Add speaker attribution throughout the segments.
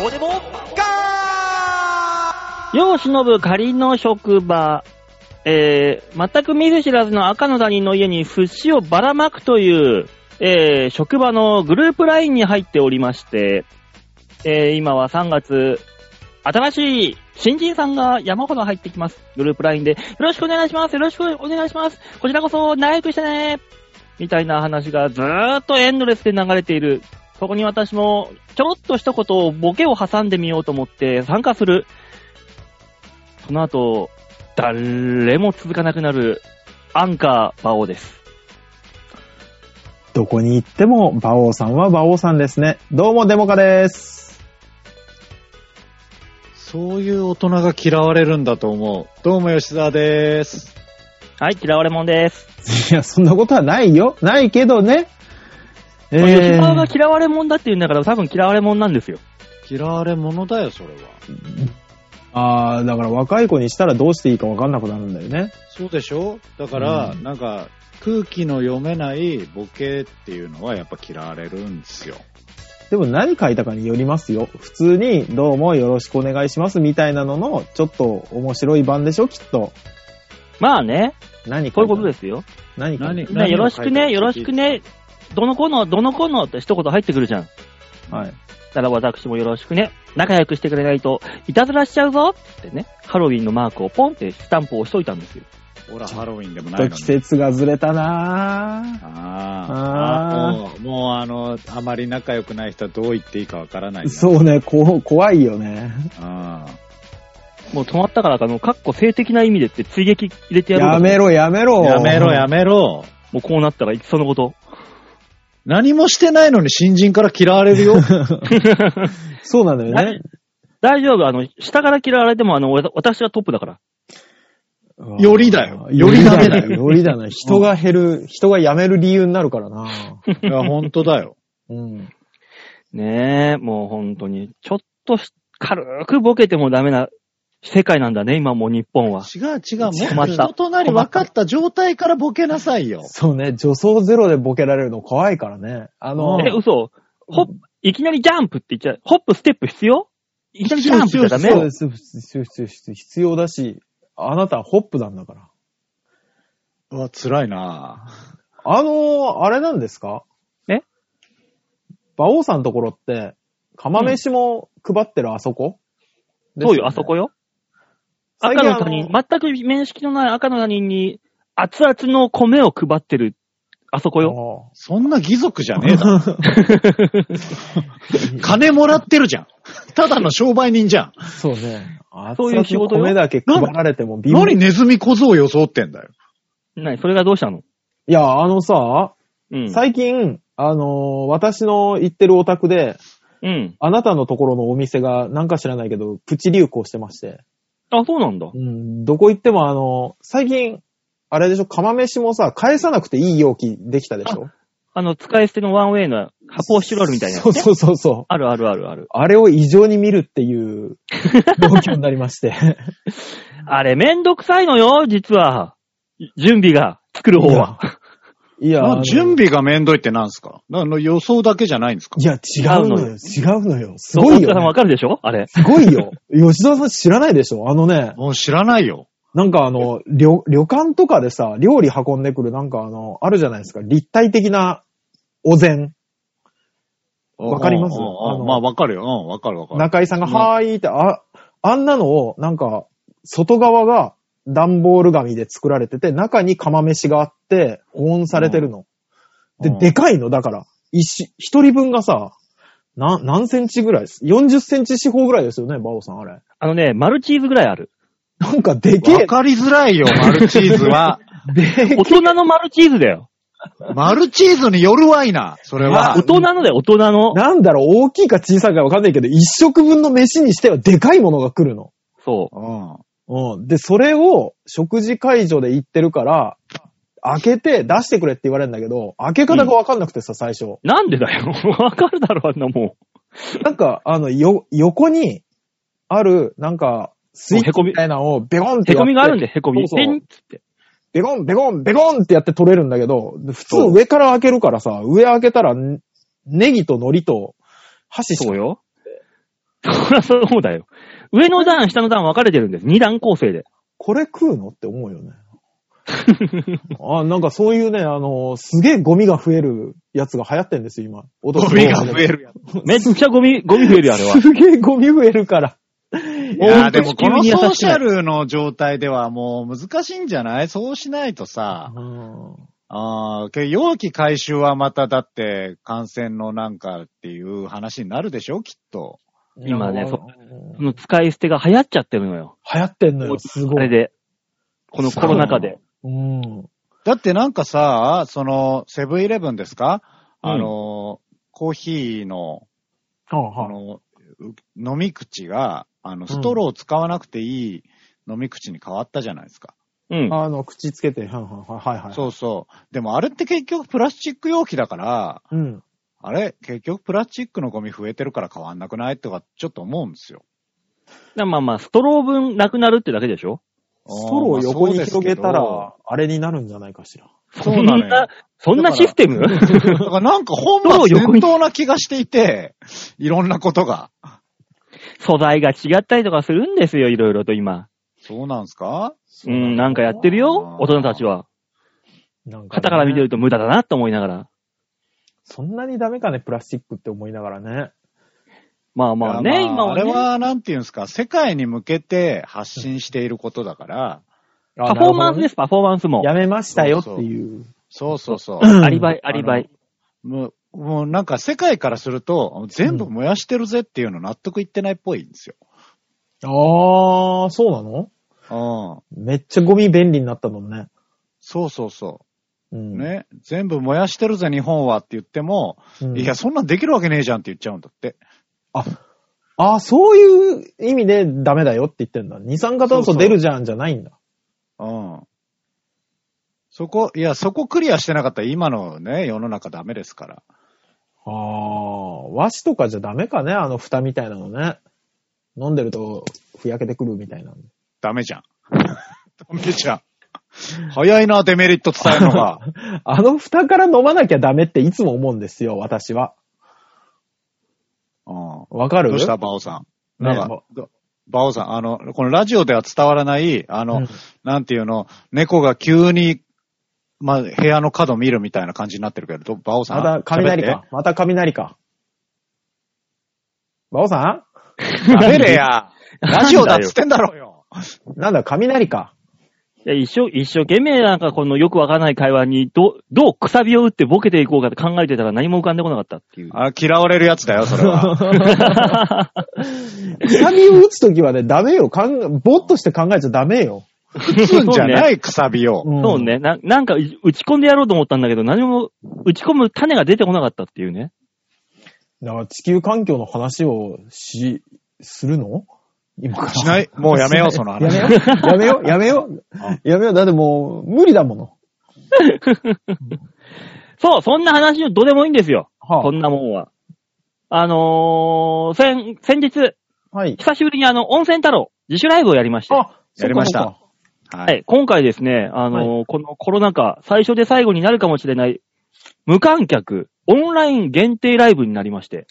Speaker 1: どうでもガ
Speaker 2: 世を忍ぶ仮の職場、えー、全く見ず知らずの赤の他人の家に寿司をばらまくという、えー、職場のグループラインに入っておりまして、えー、今は3月、新しい新人さんが山ほど入ってきます。グループラインで、よろしくお願いしますよろしくお願いしますこちらこそ長くしてねみたいな話がずーっとエンドレスで流れている。そこに私もちょろっと一言ボケを挟んでみようと思って参加する。その後、誰も続かなくなるアンカー馬王です。
Speaker 3: どこに行っても、馬王さんは馬王さんですね。どうも、デモカです。
Speaker 4: そういう大人が嫌われるんだと思う。どうも吉沢です。
Speaker 2: はい、嫌われ者です。
Speaker 3: いや、そんなことはないよ。ないけどね。え
Speaker 2: まあ吉川が嫌われ者だって言うんだから多分嫌われ者なんですよ。
Speaker 4: 嫌われ者だよ、それは。
Speaker 3: あーだから若い子にしたらどうしていいか分かんなくなるんだよね。
Speaker 4: そうでしょだから、
Speaker 3: うん
Speaker 4: なんか、空気の読めないボケっていうのはやっぱ嫌われるんですよ。
Speaker 3: でも何書いたかによりますよ。普通に、どうもよろしくお願いしますみたいなのの、ちょっと面白い版でしょ、きっと。
Speaker 2: まあね、
Speaker 3: 何書
Speaker 2: そうい
Speaker 3: いうた
Speaker 2: ことですよ。
Speaker 3: 何書い
Speaker 4: 何
Speaker 3: た
Speaker 2: みんなよろしくね、よろしくね、どの子の、どの子のって一言入ってくるじゃん。
Speaker 3: はい。
Speaker 2: なら私もよろしくね。仲良くしてくれないと、いたずらしちゃうぞってね、ハロウィンのマークをポンってスタンプを押しといたんですよ。
Speaker 4: ほら、ハロウィンでも
Speaker 3: ちょ
Speaker 4: な
Speaker 3: っ
Speaker 4: いの
Speaker 3: と
Speaker 4: に。
Speaker 3: 季節がずれたな
Speaker 4: あーあもう、もうあの、あまり仲良くない人はどう言っていいかわからない
Speaker 3: ぁ。
Speaker 4: な。
Speaker 3: そうね、こう、怖いよね。
Speaker 4: あ
Speaker 2: もう止まったから、あの、かっこ性的な意味でって追撃入れてやろうか
Speaker 3: や
Speaker 2: と
Speaker 3: めろ、やめろ。
Speaker 4: ーやめろ、やめろ。
Speaker 2: もうこうなったらいっそのこと。
Speaker 4: 何もしてないのに新人から嫌われ るよ。
Speaker 3: そうなんだよね
Speaker 2: 大。大丈夫、あの、下から嫌われても、あの、わた私はトップだから。
Speaker 4: よりだよ
Speaker 3: よりダメだ
Speaker 4: よりダメだ
Speaker 3: よ。よりだな。人が減る、人が辞める理由になるからな。
Speaker 4: いや、本当だよ。
Speaker 3: うん。
Speaker 2: ねえ、もう本当に、ちょっとし軽くボケてもダメな世界なんだね、今もう日本は。
Speaker 4: 違う違う、もっ
Speaker 2: 困
Speaker 4: と
Speaker 2: った
Speaker 4: 人となり分かった状態からボケなさいよ。
Speaker 3: そうね、女装ゼロでボケられるの怖いからね。あの、
Speaker 2: え、嘘ホップ、いきなりジャンプって言っちゃう。ホップ、ステップ必要いきなりジャンプじゃダメ
Speaker 3: そうです。必要必要必要だし、あなたはホップなんだから。
Speaker 4: うわ、辛いな
Speaker 3: あの、あれなんですか
Speaker 2: え
Speaker 3: 馬王さんのところって、釜飯も配ってるあそこ、
Speaker 2: そうよ、あそこ
Speaker 3: よ。
Speaker 2: よ。
Speaker 3: 最
Speaker 2: 赤
Speaker 3: 近
Speaker 2: の他人、全く面識のない赤の他人に、熱々の米を配ってる、あそこよ。
Speaker 3: よ。
Speaker 4: そんな義足じゃねえだろ。 金もらってるじゃん。ただの商売人じゃん。
Speaker 3: あーそうね。あ
Speaker 2: そういう仕事よ
Speaker 3: 米だけ配られても貧乏
Speaker 4: 何ネズミ小僧を装ってんだよ。
Speaker 2: なに、それがどうしたの
Speaker 3: いや、あのさ、
Speaker 2: うん。
Speaker 3: 最近、あのー私の行ってるお宅で、
Speaker 2: うん。
Speaker 3: あなたのところのお店が、なんか知らないけど、プチ流行してまして。
Speaker 2: あ、そうなんだ。
Speaker 3: うん、どこ行っても、あのー最近、あれでしょ、釜飯もさ、返さなくていい容器できたでしょ
Speaker 2: あの、使い捨てのワンウェイの発泡スチロールみたいなやつ
Speaker 3: そ
Speaker 2: ね。
Speaker 3: うそうそうそう。
Speaker 2: あるあるあるある。
Speaker 3: あれを異常に見るって いう、状況になりまして。
Speaker 2: あれ、めんどくさいのよ、実は。準備が、作る方は。
Speaker 3: いや、あ
Speaker 4: な
Speaker 3: の
Speaker 4: 準備がめんどいってなんすかなの予想だけじゃないんですか
Speaker 3: いや、違うのよ。違うのよ。すごい
Speaker 2: 大塚さんわ
Speaker 3: よ、
Speaker 2: かるでしょあれ。
Speaker 3: すごいよ。吉沢さん知らないでしょあのね、
Speaker 4: もう知らないよ。
Speaker 3: なんかあの、旅、旅館とかでさ、料理運んでくる、なんかあの、あるじゃないですか。立体的なお膳。わかります
Speaker 4: うんうんうん
Speaker 3: あの
Speaker 4: まあわかるよ。うん、わかるわかる。
Speaker 3: 中井さんが、
Speaker 4: うん
Speaker 3: はーいって、あ、あんなのを、なんか、外側が段ボール紙で作られてて、中に釜飯があって、保温されてるの。で、
Speaker 4: うん
Speaker 3: でかいの、だから。一し、一人分がさ、な、何センチぐらいです ?40 センチ四方ぐらいですよね、バオさん、あれ。
Speaker 2: あのね、マルチーズぐらいある。
Speaker 3: なんかでけえ
Speaker 4: わ、かりづらいよ、マルチーズ は。
Speaker 3: で
Speaker 2: 大人のマルチーズだよ。
Speaker 4: マルチーズによるわいな、それは
Speaker 3: あ
Speaker 2: 大。人のだよ、大人の。
Speaker 3: なんだろう、大きいか小さいかわかんないけど、一食分の飯にしてはでかいものが来るの。
Speaker 2: そ
Speaker 4: うん。
Speaker 3: うん。で、それを食事会場で行ってるから、開けて出してくれって言われるんだけど、開け方がわかんなくてさ、最初。
Speaker 2: う。なんでだよ。 わかるだろ、あんなも
Speaker 3: なんか、あの、よ、横にある、なんか、スイッチみたいなのをベコンっ
Speaker 2: ん。
Speaker 3: て
Speaker 2: へ
Speaker 3: やって。
Speaker 2: こみがあるんで、へこみ。
Speaker 3: そうそう
Speaker 2: ピンっつって。
Speaker 3: ベコン、ベコン、ベコンってやって取れるんだけど、普通上から開けるからさ、上開けたら、ネギと海苔と箸し
Speaker 2: そうよ。そりゃそうだよ。上の段、下の段分かれてるんです。二段構成で。
Speaker 3: これ食うのって思うよね。あなんかそういうね、あの、すげえゴミが増えるやつが流行ってんですよ、今。ゴ
Speaker 4: ゴミが増えるやつ。
Speaker 2: めっちゃゴミ、ゴミ増えるよ、あれ は。
Speaker 3: すげえゴミ増えるから。
Speaker 4: いやーで
Speaker 2: ほ
Speaker 4: も
Speaker 2: んと地
Speaker 4: こ
Speaker 2: 球
Speaker 4: の
Speaker 2: に優しい
Speaker 4: ソーシャルの状態ではもう難しいんじゃないそうしないとさ、
Speaker 3: うん
Speaker 4: あーけど容器回収はまただって感染のなんかっていう話になるでしょきっと。
Speaker 2: 今ねそ
Speaker 3: うん
Speaker 2: その使い捨てが流行っちゃってるのよ。
Speaker 3: 流行ってんのよ、す
Speaker 2: あ
Speaker 3: ご
Speaker 2: れ
Speaker 3: い。
Speaker 2: で。このコロナ禍で。
Speaker 3: うん。
Speaker 4: だってなんかさ、その、セブンイレブンですか、
Speaker 2: うん
Speaker 4: あの、コーヒーの、
Speaker 3: はあ
Speaker 4: あ
Speaker 3: はあ
Speaker 4: の、う飲み口が、あの、ストローを使わなくていい飲み口に変わったじゃないですか。
Speaker 2: うん。
Speaker 3: あの、口つけて、はいはいはいはい。
Speaker 4: そうそう。でもあれって結局プラスチック容器だから、
Speaker 3: う。うん。
Speaker 4: あれ、結局プラスチックのゴミ増えてるから変わんなくないとか、ちょっと思うんですよ。
Speaker 2: だまあまあ、ストロー分なくなるってだけでしょ
Speaker 3: ストローを横に広げた
Speaker 4: あーまあ
Speaker 3: ら、あれになるんじゃないかしら。
Speaker 4: そうなのよ
Speaker 2: な、そんなシステム
Speaker 4: そうですけどだからなんか本
Speaker 2: ストロー
Speaker 4: 末
Speaker 2: を横に
Speaker 4: 転倒な気がしていて、いろんなことが。
Speaker 2: 素材が違ったりとかするんですよ、いろいろと今。
Speaker 4: そうなんすか
Speaker 2: うん、なんかやってるよ、大人たちは。
Speaker 3: なんかね
Speaker 2: 肩から見てると無駄だなと思いながら。
Speaker 3: そんなにダメかね、プラスチックって思いながらね。。
Speaker 2: まあまあ
Speaker 4: い
Speaker 2: ね、
Speaker 4: やま
Speaker 2: 今
Speaker 4: あ
Speaker 2: は
Speaker 4: あれ
Speaker 2: ね。
Speaker 4: は、なんていうんですか、世界に向けて発信していることだから、
Speaker 2: パフォーマンスですす、パフォーマンスも。
Speaker 3: やめましたよっていう。
Speaker 4: そうそうそう。
Speaker 2: アリバイ、アリバイ。
Speaker 4: もう、もうなんか世界からすると、全部燃やしてるぜっていうの納得いってないっぽいんですよ。
Speaker 3: あー、そうなの
Speaker 4: うん。
Speaker 3: めっちゃゴミ便利になったもんね。
Speaker 4: そうそうそうう。
Speaker 3: ん。
Speaker 4: ね。全部燃やしてるぜ、日本はって言っても、
Speaker 3: うん
Speaker 4: いや、そんなんできるわけねえじゃんって言っちゃうんだって。
Speaker 3: あー、そういう意味でダメだよって言ってんだ。二酸化炭素出るじゃんじゃないんだ。
Speaker 4: うん。そこ、いや、そこクリアしてなかったら今のね、世の中ダメですから。
Speaker 3: あー、和紙とかじゃダメかね、あの蓋みたいなのね。飲んでると、ふやけてくるみたいなんで。
Speaker 4: ダメじゃん。 ダメじゃん。早いな、デメリット伝えるの が。
Speaker 3: あの蓋から飲まなきゃダメっていつも思うんですよ、私は。
Speaker 4: うん。
Speaker 3: わかる
Speaker 4: どうしたバオさん。
Speaker 3: ね
Speaker 4: なんか
Speaker 3: も、
Speaker 4: どバオさん、あの、このラジオでは伝わらない、あの、
Speaker 3: うん
Speaker 4: なんていうの、猫が急に、まあ、部屋の角見るみたいな感じになってるけど、どバオさん。
Speaker 3: また雷
Speaker 4: 喋っ
Speaker 3: か。また雷か。バオさ
Speaker 4: て。ダメれ や。ラジオだっつってんだろうよ。
Speaker 3: んなんだ、雷か。
Speaker 2: いや一生、一生懸命なんかこのよくわからない会話に、ど、どうくさびを打ってボケていこうかって考えてたら何も浮かんでこなかったって いう。
Speaker 4: あ、嫌われるやつだよ、それは。
Speaker 3: くさびを打つときはね、ダメよ。かん、ぼーっとして考えちゃダメよ。
Speaker 4: 打つんじゃない、くさびを。
Speaker 3: ん
Speaker 2: そう。ね。ななんかい打ち込んでやろうと思ったんだけど、何も打ち込む種が出てこなかったっていうね。
Speaker 3: だから地球環境の話をし、するの今から。
Speaker 4: しない、 もうやめよう、その
Speaker 3: や
Speaker 4: 話。
Speaker 3: めよう。やめよう。やめよう。やめよう。だってもう、無理だもの。
Speaker 2: そう、そんな話のどうでもいいんですよ。
Speaker 3: は
Speaker 2: こんなもんは。あのー、先、先日、
Speaker 3: あ、はい。
Speaker 2: 久しぶりにあの、温泉太郎、自主ライブをやりました。は
Speaker 3: あ、
Speaker 4: やりました
Speaker 3: そっかそっか。
Speaker 4: はい。
Speaker 2: い。今回ですね、あのーこのコロナ禍、最初で最後になるかもしれない、無観客、オンライン限定ライブになりまして。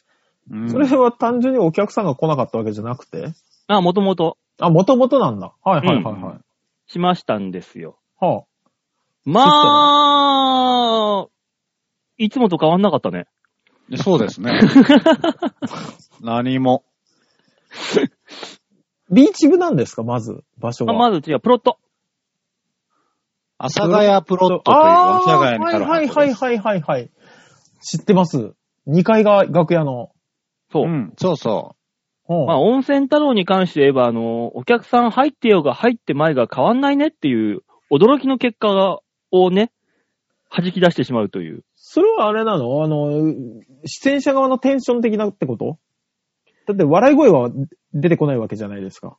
Speaker 4: うん
Speaker 3: それは単純にお客さんが来なかったわけじゃなくて。
Speaker 2: あ、もともと
Speaker 3: あ、もともとなんだ。はいはいはいはい。
Speaker 2: しましたんですよ。
Speaker 3: は
Speaker 2: まあ、いつもと変わんなかったね。
Speaker 4: そうですね。 何も。
Speaker 3: あ。ビーチ部なんですか、まず、場所
Speaker 2: ま
Speaker 3: は。
Speaker 2: あ、まず違う、プロット。
Speaker 4: 阿佐ヶ谷プロットという、阿佐ヶ谷に
Speaker 3: あ
Speaker 4: か
Speaker 3: ー
Speaker 4: ら。
Speaker 3: はいはいはいはいはいはい。知ってます。2階が楽屋の。
Speaker 2: そう。
Speaker 4: うん、そうそ
Speaker 3: うん
Speaker 2: まあ、温泉太郎に関して言えば、あの、お客さん入ってようが入ってまいが変わんないねっていう、驚きの結果がをね、弾き出してしまうという。
Speaker 3: それはあれなのあの、出演者側のテンション的なってことだって笑い声は出てこないわけじゃないですか。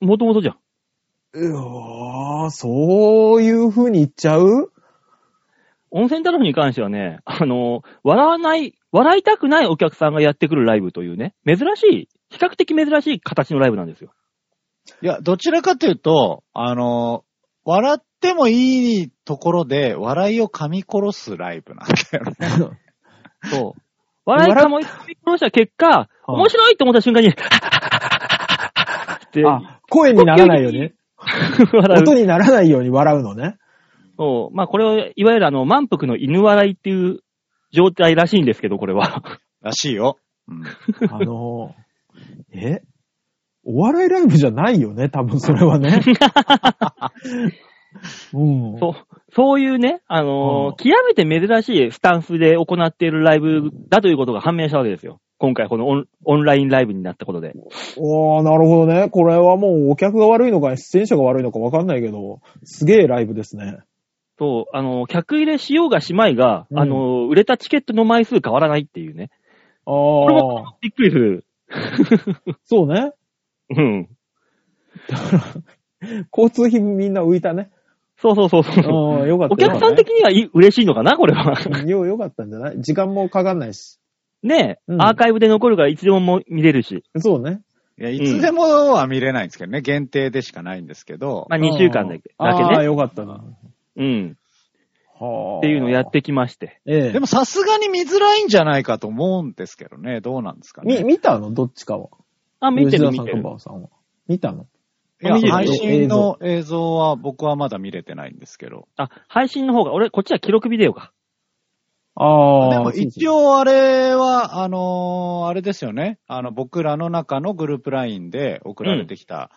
Speaker 2: もともとじゃん。
Speaker 3: うわー、そういう風に言っちゃう
Speaker 2: 温泉太郎に関してはね、あの、笑わない、笑いたくないお客さんがやってくるライブというね、珍しい、比較的珍しい形のライブなんですよ。
Speaker 4: う。いや、どちらかというと、あの、笑ってもいいところで、笑いを噛み殺すライブなんだよね。
Speaker 2: そう。笑いかもいつびっくりした結果、
Speaker 3: うん
Speaker 2: 面白いと思った瞬 間に、って
Speaker 3: あ、 声にならないよう に、
Speaker 2: 笑
Speaker 3: 音
Speaker 2: う。
Speaker 3: にならないように笑うの ね。
Speaker 2: そうまあこれを、いわゆるあの、満腹の犬笑いっていう状態らしいんですけど、これは。
Speaker 4: らしいよ。うん。
Speaker 3: あのー、えお笑いライブじゃないよね、多分それは ね。うん。
Speaker 2: そう、 そういうね、あのー
Speaker 3: うん
Speaker 2: 極めて珍しいスタンスで行っているライブだということが判明したわけですよ。今回このオンオンラインライブになったことで。
Speaker 3: おー、なるほどね。これはもうお客が悪いのか、出演者が悪いのかわかんないけど、すげえライブですね。
Speaker 2: そう、あのー客入れしようがしまいが、
Speaker 3: うん
Speaker 2: あのー売れたチケットの枚数変わらないっていうね。
Speaker 3: あ
Speaker 2: これも
Speaker 3: ー、
Speaker 2: びっくりする。
Speaker 3: そうね。
Speaker 2: うん。
Speaker 3: 交通費みんな浮いた ね。
Speaker 2: そうそうそう
Speaker 3: う
Speaker 2: そう。
Speaker 3: ん、よかった
Speaker 2: お客さん的にはいい嬉しいのかな、これは。
Speaker 3: によ、よかったんじゃない時間もかかんないし。
Speaker 2: ねえ、
Speaker 3: うん
Speaker 2: アーカイブで残るからいつでもも見れるし。
Speaker 3: そうね。
Speaker 4: いや、いつでもは見れないんですけどね、限定でしかないんですけど、
Speaker 2: まあ2週間だけだけ
Speaker 3: ああー、
Speaker 2: ね。
Speaker 3: よかったな。
Speaker 2: うん。
Speaker 3: はあ。
Speaker 2: っていうのをやっ。てきまして。
Speaker 3: ええ。
Speaker 4: でもさすがに見づらいんじゃないかと思うんですけどね、どうなんですか
Speaker 3: み、
Speaker 4: ね。
Speaker 3: 見たのどっちかは。
Speaker 2: あ、見てる
Speaker 3: 吉
Speaker 2: 見
Speaker 3: 田
Speaker 2: て
Speaker 3: さん
Speaker 2: る
Speaker 3: と。バオさんは。見たの
Speaker 4: いや
Speaker 2: 見てるよ
Speaker 4: 配信の映像は僕はまだ見れてないんですけど。
Speaker 2: あ、配信の方が、俺、こっちは記録ビデオか。
Speaker 3: ああ。
Speaker 4: でも一応あれは、あのーあれですよね。あの、僕らの中のグループラインで送られてきた、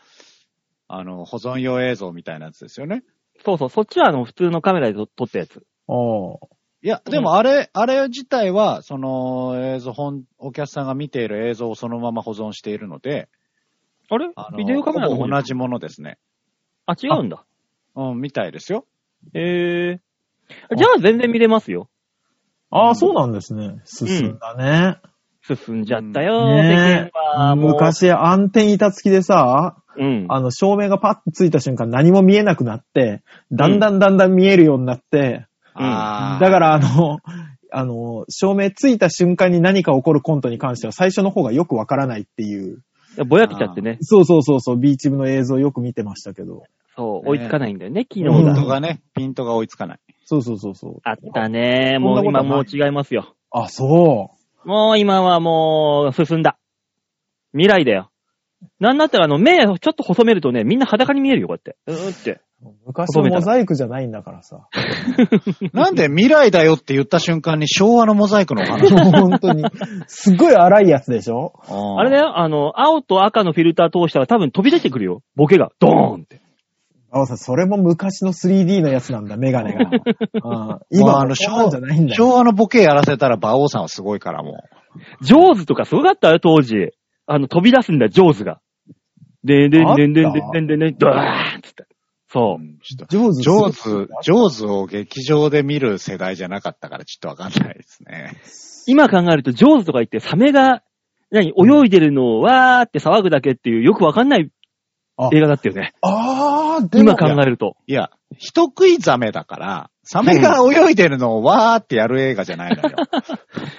Speaker 4: あの、保存用映像みたいなやつですよね。
Speaker 2: そうそう、そっちはあの、普通のカメラで撮撮ったやつ。
Speaker 3: そうそう。
Speaker 4: いや、でもあれ、あれ自体は、その映像、本、お客さんが見ている映像をそのまま保存しているので、
Speaker 2: あれ
Speaker 4: あの
Speaker 2: ビデオカメラの
Speaker 4: ほ
Speaker 2: 方
Speaker 4: ぼ同じものですね。
Speaker 2: あ、違うんだ。
Speaker 4: うん、みたいですよ。
Speaker 2: へえ。じゃあ全然見れますよ。
Speaker 3: ああ。ああ、そうなんですね。進んだね。
Speaker 2: 進んじゃったよ、
Speaker 3: うん
Speaker 2: 世
Speaker 3: ねえ
Speaker 2: 間は。もう。
Speaker 3: 昔、暗転板付きでさ、
Speaker 2: うん。
Speaker 3: あの、照明がパッとついた瞬間何も見えなくなって、だんだんだんだん見えるようになって、
Speaker 2: うん
Speaker 4: あー
Speaker 3: だからあの、 あの、照明ついた瞬間に何か起こるコントに関しては最初の方がよくわからないっていう。
Speaker 2: ぼやけちゃってね。
Speaker 3: そうそうそうそう、ビーチ部の映像よく見てましたけど。
Speaker 2: そう、
Speaker 4: ね
Speaker 2: 追いつかないんだよね、機
Speaker 4: ピ
Speaker 2: 能
Speaker 4: ン
Speaker 2: が。
Speaker 4: トがね、ピントが追いつかない。
Speaker 3: そうそうそうそう。
Speaker 2: あったね。もう
Speaker 3: そん
Speaker 2: 今
Speaker 3: なことない
Speaker 2: もう違いますよ。
Speaker 3: あ、そ
Speaker 2: もう今はもう、進んだ。未来だよ。なんだったらあの、目をちょっと細めるとね、みんな裸に見えるよ、こうやって。うーって。
Speaker 3: う。昔はモザイクじゃないんだからさ。
Speaker 4: なんで未来だよって言った瞬間に昭和のモザイク の話。
Speaker 3: 本当に。すっごい荒いやつでしょ
Speaker 2: あ
Speaker 4: あ
Speaker 2: れだよ、あの、青と赤のフィルター通したら多分飛び出てくるよ。ボケが。ドーンって。
Speaker 3: あおさん、それも昔の 3D のやつなんだ、メガ ネが。うん
Speaker 4: もう
Speaker 3: 今
Speaker 4: あ
Speaker 3: あ
Speaker 4: の
Speaker 3: の、
Speaker 4: 昭
Speaker 3: 昭
Speaker 4: 和
Speaker 3: 和じゃないんだ
Speaker 4: 昭
Speaker 3: よ。
Speaker 4: 和のボケやらせたら馬王さんはすごいからも
Speaker 2: ジョーズとかすごかったよ、当時。あの、飛び出すんだ、ジョーズが。でんでんでんでんでんでんでんでん、ドーンっつって。
Speaker 4: う。
Speaker 2: そうう。
Speaker 4: んちょっと
Speaker 3: ジョーズ。
Speaker 4: ジョーズ、ジョーズを劇場で見る世代じゃなかったからちょっとわかんないですね。
Speaker 2: 今考えると、ジョーズとか言って、サメが、何、泳いでるのをわーって騒ぐだけっていう、よくわかんない
Speaker 3: あ
Speaker 2: 映画だったよね。
Speaker 3: あー、で
Speaker 2: 今
Speaker 3: も、
Speaker 2: 考えると。
Speaker 4: いや、人食いザメだから、サメが泳いでるのをわーってやる映画じゃないのよ。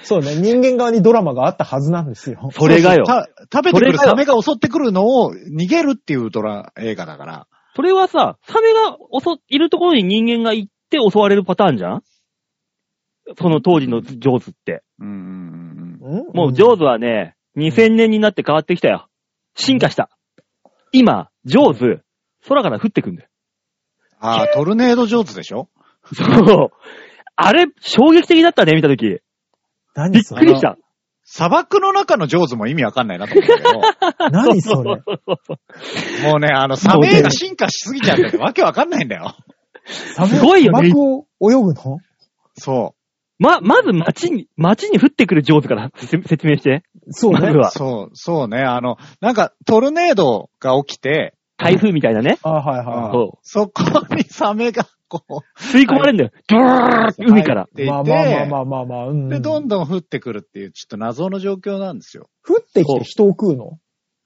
Speaker 3: そうね、人間側にドラマがあったはずなんですよ。
Speaker 2: それがよ
Speaker 4: うそうた食べてく
Speaker 2: それ
Speaker 4: る
Speaker 2: がよ
Speaker 4: サメが襲ってくるのを逃げるっていうドラ、映画だから。
Speaker 2: それはさ、サメが襲、いるところに人間が行って襲われるパターンじゃんその当時のジョーズって。
Speaker 4: うんうんうん
Speaker 3: ん
Speaker 2: もうジョーズはね、2000年になって変わってきたよ。進化した。今、ジョーズ、空から降ってくんだよ。
Speaker 4: ああ、トルネードジョーズでしょ
Speaker 2: そう。あれ、衝撃的だったね、見たとき。びっ
Speaker 3: 何そ
Speaker 2: くり
Speaker 3: れ
Speaker 2: し。た。
Speaker 4: 砂漠の中のジョーズも意味わかんないなと思ったけど。
Speaker 3: 何それ。
Speaker 4: もうね、あの、サメが進化しすぎちゃってて、わけわかんないんだよ。
Speaker 3: す
Speaker 2: すごいよね
Speaker 3: 砂漠を泳ぐの
Speaker 4: そ
Speaker 2: ま、まず街に、街に降ってくるジョーズからせ説明して。
Speaker 3: そう
Speaker 2: まず
Speaker 3: ね。
Speaker 2: は
Speaker 4: う。。そう、そうね。あの、なんか、トルネードが起きて、
Speaker 2: 台風みたいなね。
Speaker 3: あーはい
Speaker 4: うん
Speaker 3: は
Speaker 2: そ
Speaker 4: そこにサメが、こう、
Speaker 2: 吸い込まれるんだよ。ドゥーって海から。
Speaker 4: 入って
Speaker 3: い。
Speaker 4: い
Speaker 3: まあまあまあ
Speaker 4: て
Speaker 3: ま、あまあまあ、うん。
Speaker 4: で、どん
Speaker 3: 降
Speaker 4: どん降ってくるっていう、ちょっと謎の状況なんですよ。
Speaker 3: ってきて人を食うの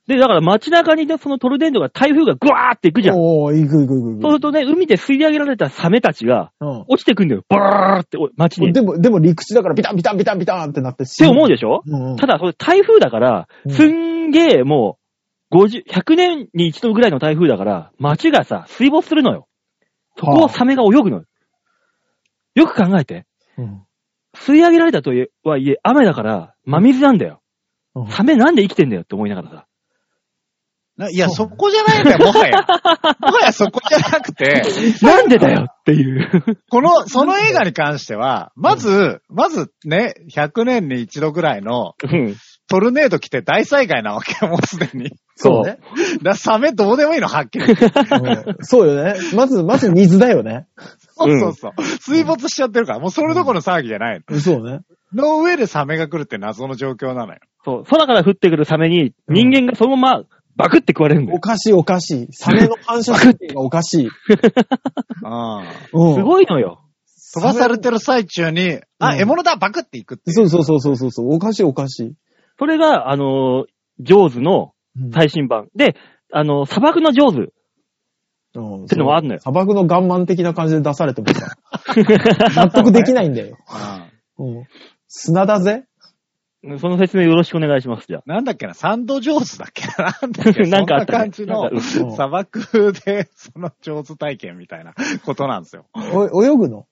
Speaker 2: で、だから街中にね、そのトルネードが台風がグワーって行くじゃん。
Speaker 3: おー、いくいくいくい
Speaker 2: そうするとね、海で吸い上げられたサメたちが
Speaker 3: く。
Speaker 2: 落ちてくんだよ。バーってお街
Speaker 3: う
Speaker 2: に。
Speaker 3: ん。
Speaker 2: っ
Speaker 3: でも、でも陸地だからビタンビタンビタンビタンってなってって
Speaker 2: 思う
Speaker 3: で
Speaker 2: でしょ
Speaker 3: うんうん
Speaker 2: ただ、それ台風だから、
Speaker 3: うん
Speaker 2: すんげーもう、50、100年に一度ぐらいの台風だから、街がさ、水没するのよ。そこをサメが泳ぐのよ。よく考えて。
Speaker 3: うん
Speaker 2: 吸い上げられたとはいえ、雨だから、真水なんだよ。
Speaker 3: うん
Speaker 2: サメなんで生きてんだよって思いながらさ。
Speaker 4: ないや、
Speaker 3: そう
Speaker 4: そこじゃないん だよ、もはや。もはやそこじゃなくて、
Speaker 2: なんでだよっていう。
Speaker 4: この、その映画に関しては、まず、まずね、100年に一度ぐらいのトルネード来て大災害なわけよ、もうすでに。
Speaker 3: そうね。
Speaker 4: だからサメどうでもいいの、はっきり言って。
Speaker 3: うんそうよね。まず、まず水だよね。
Speaker 4: そうそうそう。水没しちゃってるから、もうそれどころの騒ぎじゃない
Speaker 3: そうね。
Speaker 4: の。の上でサメが来るって謎の状況なのよ。
Speaker 2: そう、空から降ってくるサメに、人間がそのままバクって食われるんだ
Speaker 3: お
Speaker 2: よ。
Speaker 3: かしいおかしい。サメの反射神経がおかしい。
Speaker 4: うん。
Speaker 3: うん。
Speaker 2: すごいのよ。
Speaker 4: 飛ばされてる最中に、あ、
Speaker 3: うん
Speaker 4: 獲物だバクっていくってい
Speaker 3: そうそうそうそうそうそう。おかしいおかしい。
Speaker 2: それが、あのージョーズの
Speaker 3: うん
Speaker 2: 最新版。で、あのー砂漠のジョーズ。
Speaker 3: うん
Speaker 2: ってのはあんのよ
Speaker 3: 砂漠の岩盤的な感じで出されてもさ、 納得できないんだよ。
Speaker 4: うん
Speaker 3: うん、砂だぜ
Speaker 2: その説明よろしくお願いします、じゃあ。
Speaker 4: なんだっけな、サンド上手だっけな、 なんだっけな、
Speaker 2: なんかあったね
Speaker 4: そんな
Speaker 2: なん
Speaker 4: 感
Speaker 2: か
Speaker 4: じ
Speaker 3: うん
Speaker 4: の砂漠でその上手体験みたいな ことなんですよ。
Speaker 3: お泳ぐの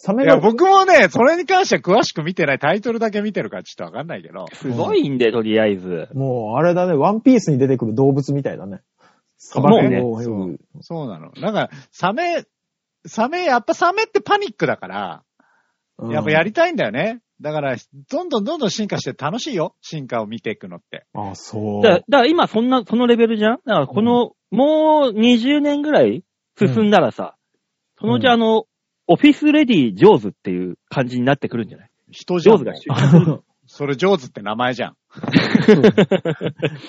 Speaker 3: サ
Speaker 4: い
Speaker 3: メ
Speaker 4: や、
Speaker 3: が、
Speaker 4: 僕もね、それに関しては詳しく見てない、タイトルだけ見てるからちょっとわかんないけど、
Speaker 2: すごいんで、とりあえず。
Speaker 3: もうあれだね、ワンピースに出てくる動物みたいだね。砂
Speaker 2: もう
Speaker 3: 漠
Speaker 2: ね
Speaker 3: を泳ぐ。
Speaker 4: そうなの。だから、サメ、サメ、やっぱサメってパニックだから、
Speaker 3: うん
Speaker 4: やっぱやりたいんだよね。だから、どんどんどんどん進化して楽しいよ。進化を見ていくのって。
Speaker 3: あ、そう。
Speaker 2: だだから今そんな、そのレベルじゃんだからこの、もう20年ぐらい進んだらさ、そのうちあの、オフィスレディ上手っていう感じになってくるんじゃない
Speaker 4: 人じゃ
Speaker 2: 上手
Speaker 4: ん
Speaker 2: が主
Speaker 4: もうそれ上手って名前じゃん。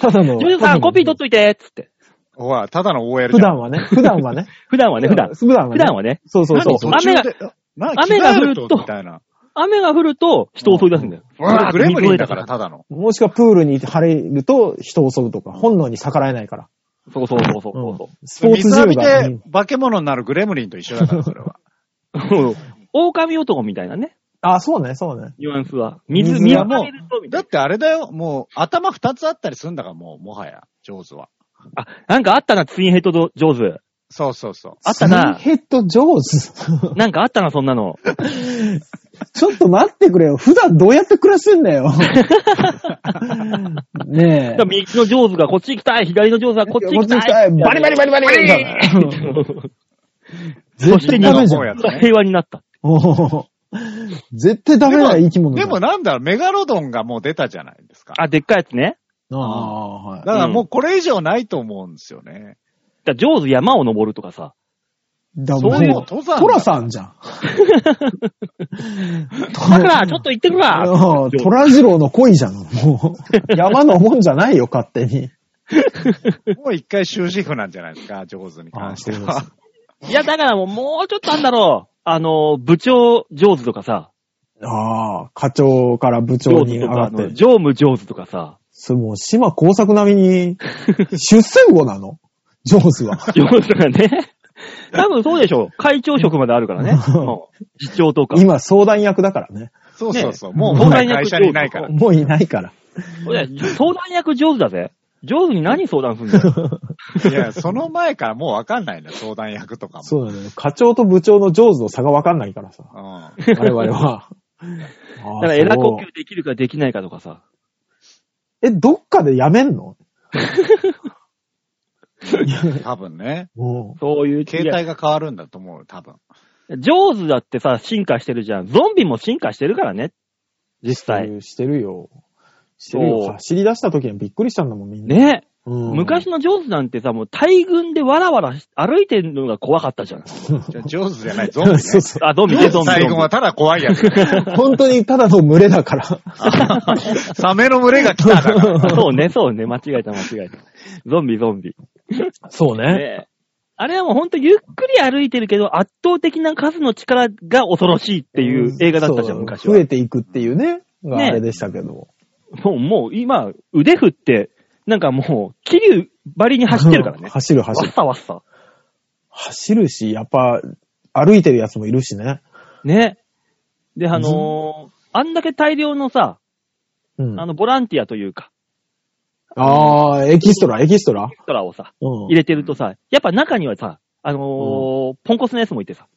Speaker 3: ただの、
Speaker 2: 上手さんコピー取っといてっつって。
Speaker 4: ほら、ただの OL
Speaker 3: 普
Speaker 4: じゃん。
Speaker 3: 段はね、普段はね、
Speaker 2: 普段はね、普段。
Speaker 3: 普段は
Speaker 2: 普
Speaker 3: ね
Speaker 2: 段、はね、
Speaker 3: そうそうそうそう。
Speaker 4: 何途中でな
Speaker 2: 雨が
Speaker 4: 着替え
Speaker 2: 降ると
Speaker 4: みたいな。
Speaker 2: 雨が降ると人を襲い出すんだよ。
Speaker 4: 俺
Speaker 2: わーっ
Speaker 4: グ
Speaker 2: て
Speaker 4: レムリ
Speaker 2: 水を
Speaker 4: ン
Speaker 2: 得た
Speaker 4: だから、。ただの。
Speaker 3: もしくはプールに晴れると人を襲うとか、本能に逆らえないから。
Speaker 2: そうそうそうそうそう。
Speaker 3: スポーツ
Speaker 4: 水浴
Speaker 3: 銃
Speaker 4: び
Speaker 3: が。
Speaker 4: で化け物になるグレムリンと一緒だから、そ れは。
Speaker 2: そう狼男みたいなね、
Speaker 3: あ、そうね、そうね。
Speaker 2: ニュアンスは。水、
Speaker 3: 水
Speaker 2: 水
Speaker 3: が
Speaker 2: が
Speaker 4: もう
Speaker 2: 見るとみた
Speaker 4: だ
Speaker 2: い
Speaker 4: ってあれだよ、もう頭二つあったりするんだから、もう、もはや、上手は。
Speaker 2: な。あ、なんかあったな、ツインヘッドと上手。
Speaker 4: そうそうそう。
Speaker 2: あったな
Speaker 3: スキンヘッド上手。
Speaker 2: なんかあったな、そんなの。
Speaker 3: ちょっと待ってくれよ。普段どうやって暮らしてんだよ。ねえ。
Speaker 2: だから右の上手がこっち行きたい、左の上手がこっち行きたい。
Speaker 3: バリバリバリバリみたいな
Speaker 2: そして
Speaker 3: 絶対
Speaker 2: 日
Speaker 3: ダメ
Speaker 2: 本
Speaker 3: じゃん
Speaker 4: やつ
Speaker 2: が
Speaker 4: ね。
Speaker 2: 平和になった。
Speaker 3: おー絶対ダメな生き物だ
Speaker 4: でもなんだろう、メガロドンがもう出たじゃないですか。
Speaker 2: あ、でっかいやつね。
Speaker 3: ああ、はい
Speaker 4: だ。からもうこれ以上ないと思うんですよね。
Speaker 2: だから上手山を登るとかさ。
Speaker 3: だ
Speaker 4: そういう
Speaker 3: もう、
Speaker 4: 登山だ
Speaker 3: トラさんじゃん。
Speaker 2: だから、ちょっと行ってくわ
Speaker 3: うんトラジローの恋じゃん。もう、山のもんじゃないよ、勝手に。
Speaker 4: もう一回終止符なんじゃないで すか、上手に関して
Speaker 3: あそう
Speaker 4: は。
Speaker 2: いや、だからもう、もうちょっとあんだろう。あの、部長上手とかさ。
Speaker 3: ああ、課長から部長
Speaker 2: 上
Speaker 3: に
Speaker 2: 手
Speaker 3: 上
Speaker 2: と
Speaker 3: が
Speaker 2: か、あ
Speaker 3: っ
Speaker 2: の
Speaker 3: て。
Speaker 2: 常務上手とかさ。
Speaker 3: それもう、島工作並みに、出世魚なのジョーズは。
Speaker 2: 上手がね。多分そうでしょう。会長職まであるから ね。
Speaker 3: うん
Speaker 2: もう次長とか。
Speaker 3: 今、相談役だからね。
Speaker 4: そうそうそう。
Speaker 2: ね
Speaker 4: もう
Speaker 2: もう
Speaker 4: もはや会社にいないから。
Speaker 3: もういないから。
Speaker 2: それ相談役上手だぜ。上手に何相談するんだよ。
Speaker 4: いや、その前からもうわかんないんだよ、相談役とかも。
Speaker 3: そうだね。課長と部長の上手の差がわかんないか らさ。
Speaker 4: うん。
Speaker 3: 我々は。
Speaker 2: だから、エラ呼
Speaker 3: ああそう
Speaker 2: 吸できるかできないかとかさ。
Speaker 3: え、どっかでやめんの
Speaker 4: 多分ね。
Speaker 3: うん。
Speaker 2: そういう。
Speaker 4: 携帯が変わるんだと思う、多分。
Speaker 2: ジョーズだってさ、進化してるじゃん。ゾンビも進化してるからね。実際。
Speaker 3: そうしてるよ。してるよ。
Speaker 2: そう
Speaker 3: 走り出した時にはびっくりしたんだもん、みんな。
Speaker 2: ね、
Speaker 3: うん
Speaker 2: 昔のジョーズなんてさ、もう大群でわらわらし歩いてるのが怖かったじゃん。
Speaker 4: じゃあ上手じゃない、ゾンビ、ね。
Speaker 3: そうそう。
Speaker 2: あ、ゾンビ ね、ゾンビ。
Speaker 4: 最後はただ怖いやつ。
Speaker 3: 本当にただの群れだから。
Speaker 4: サメの群れが来たから。
Speaker 2: ゾンビそうね、そうね。間違えた、間違えた。ゾンビ、ゾンビ。
Speaker 3: そうね。
Speaker 2: ねあれはもうほんとゆっくり歩いてるけど、圧倒的な数の力が恐ろしいっていう映画だったじゃん、
Speaker 3: そう
Speaker 2: 昔
Speaker 3: 増
Speaker 2: は
Speaker 3: え。ていくっていうね。が
Speaker 2: ね
Speaker 3: あれでしたけど。
Speaker 2: もう、もう今、腕振って、なんかもう、気流バリに走ってるからね。
Speaker 3: 走る
Speaker 2: わ
Speaker 3: 走る
Speaker 2: っ。さわっさ。
Speaker 3: 走るし、やっぱ、歩いてるやつもいるしね。
Speaker 2: ね。で、あのーあんだけ大量のさ、
Speaker 3: うん。
Speaker 2: あの、ボランティアというか、
Speaker 3: ああ、エキストラ、エキストラ。
Speaker 2: 人らをさ、
Speaker 3: うん
Speaker 2: 入。れてるとさ、やっぱ中にはさ、あのーポンコツのやつもいてさ、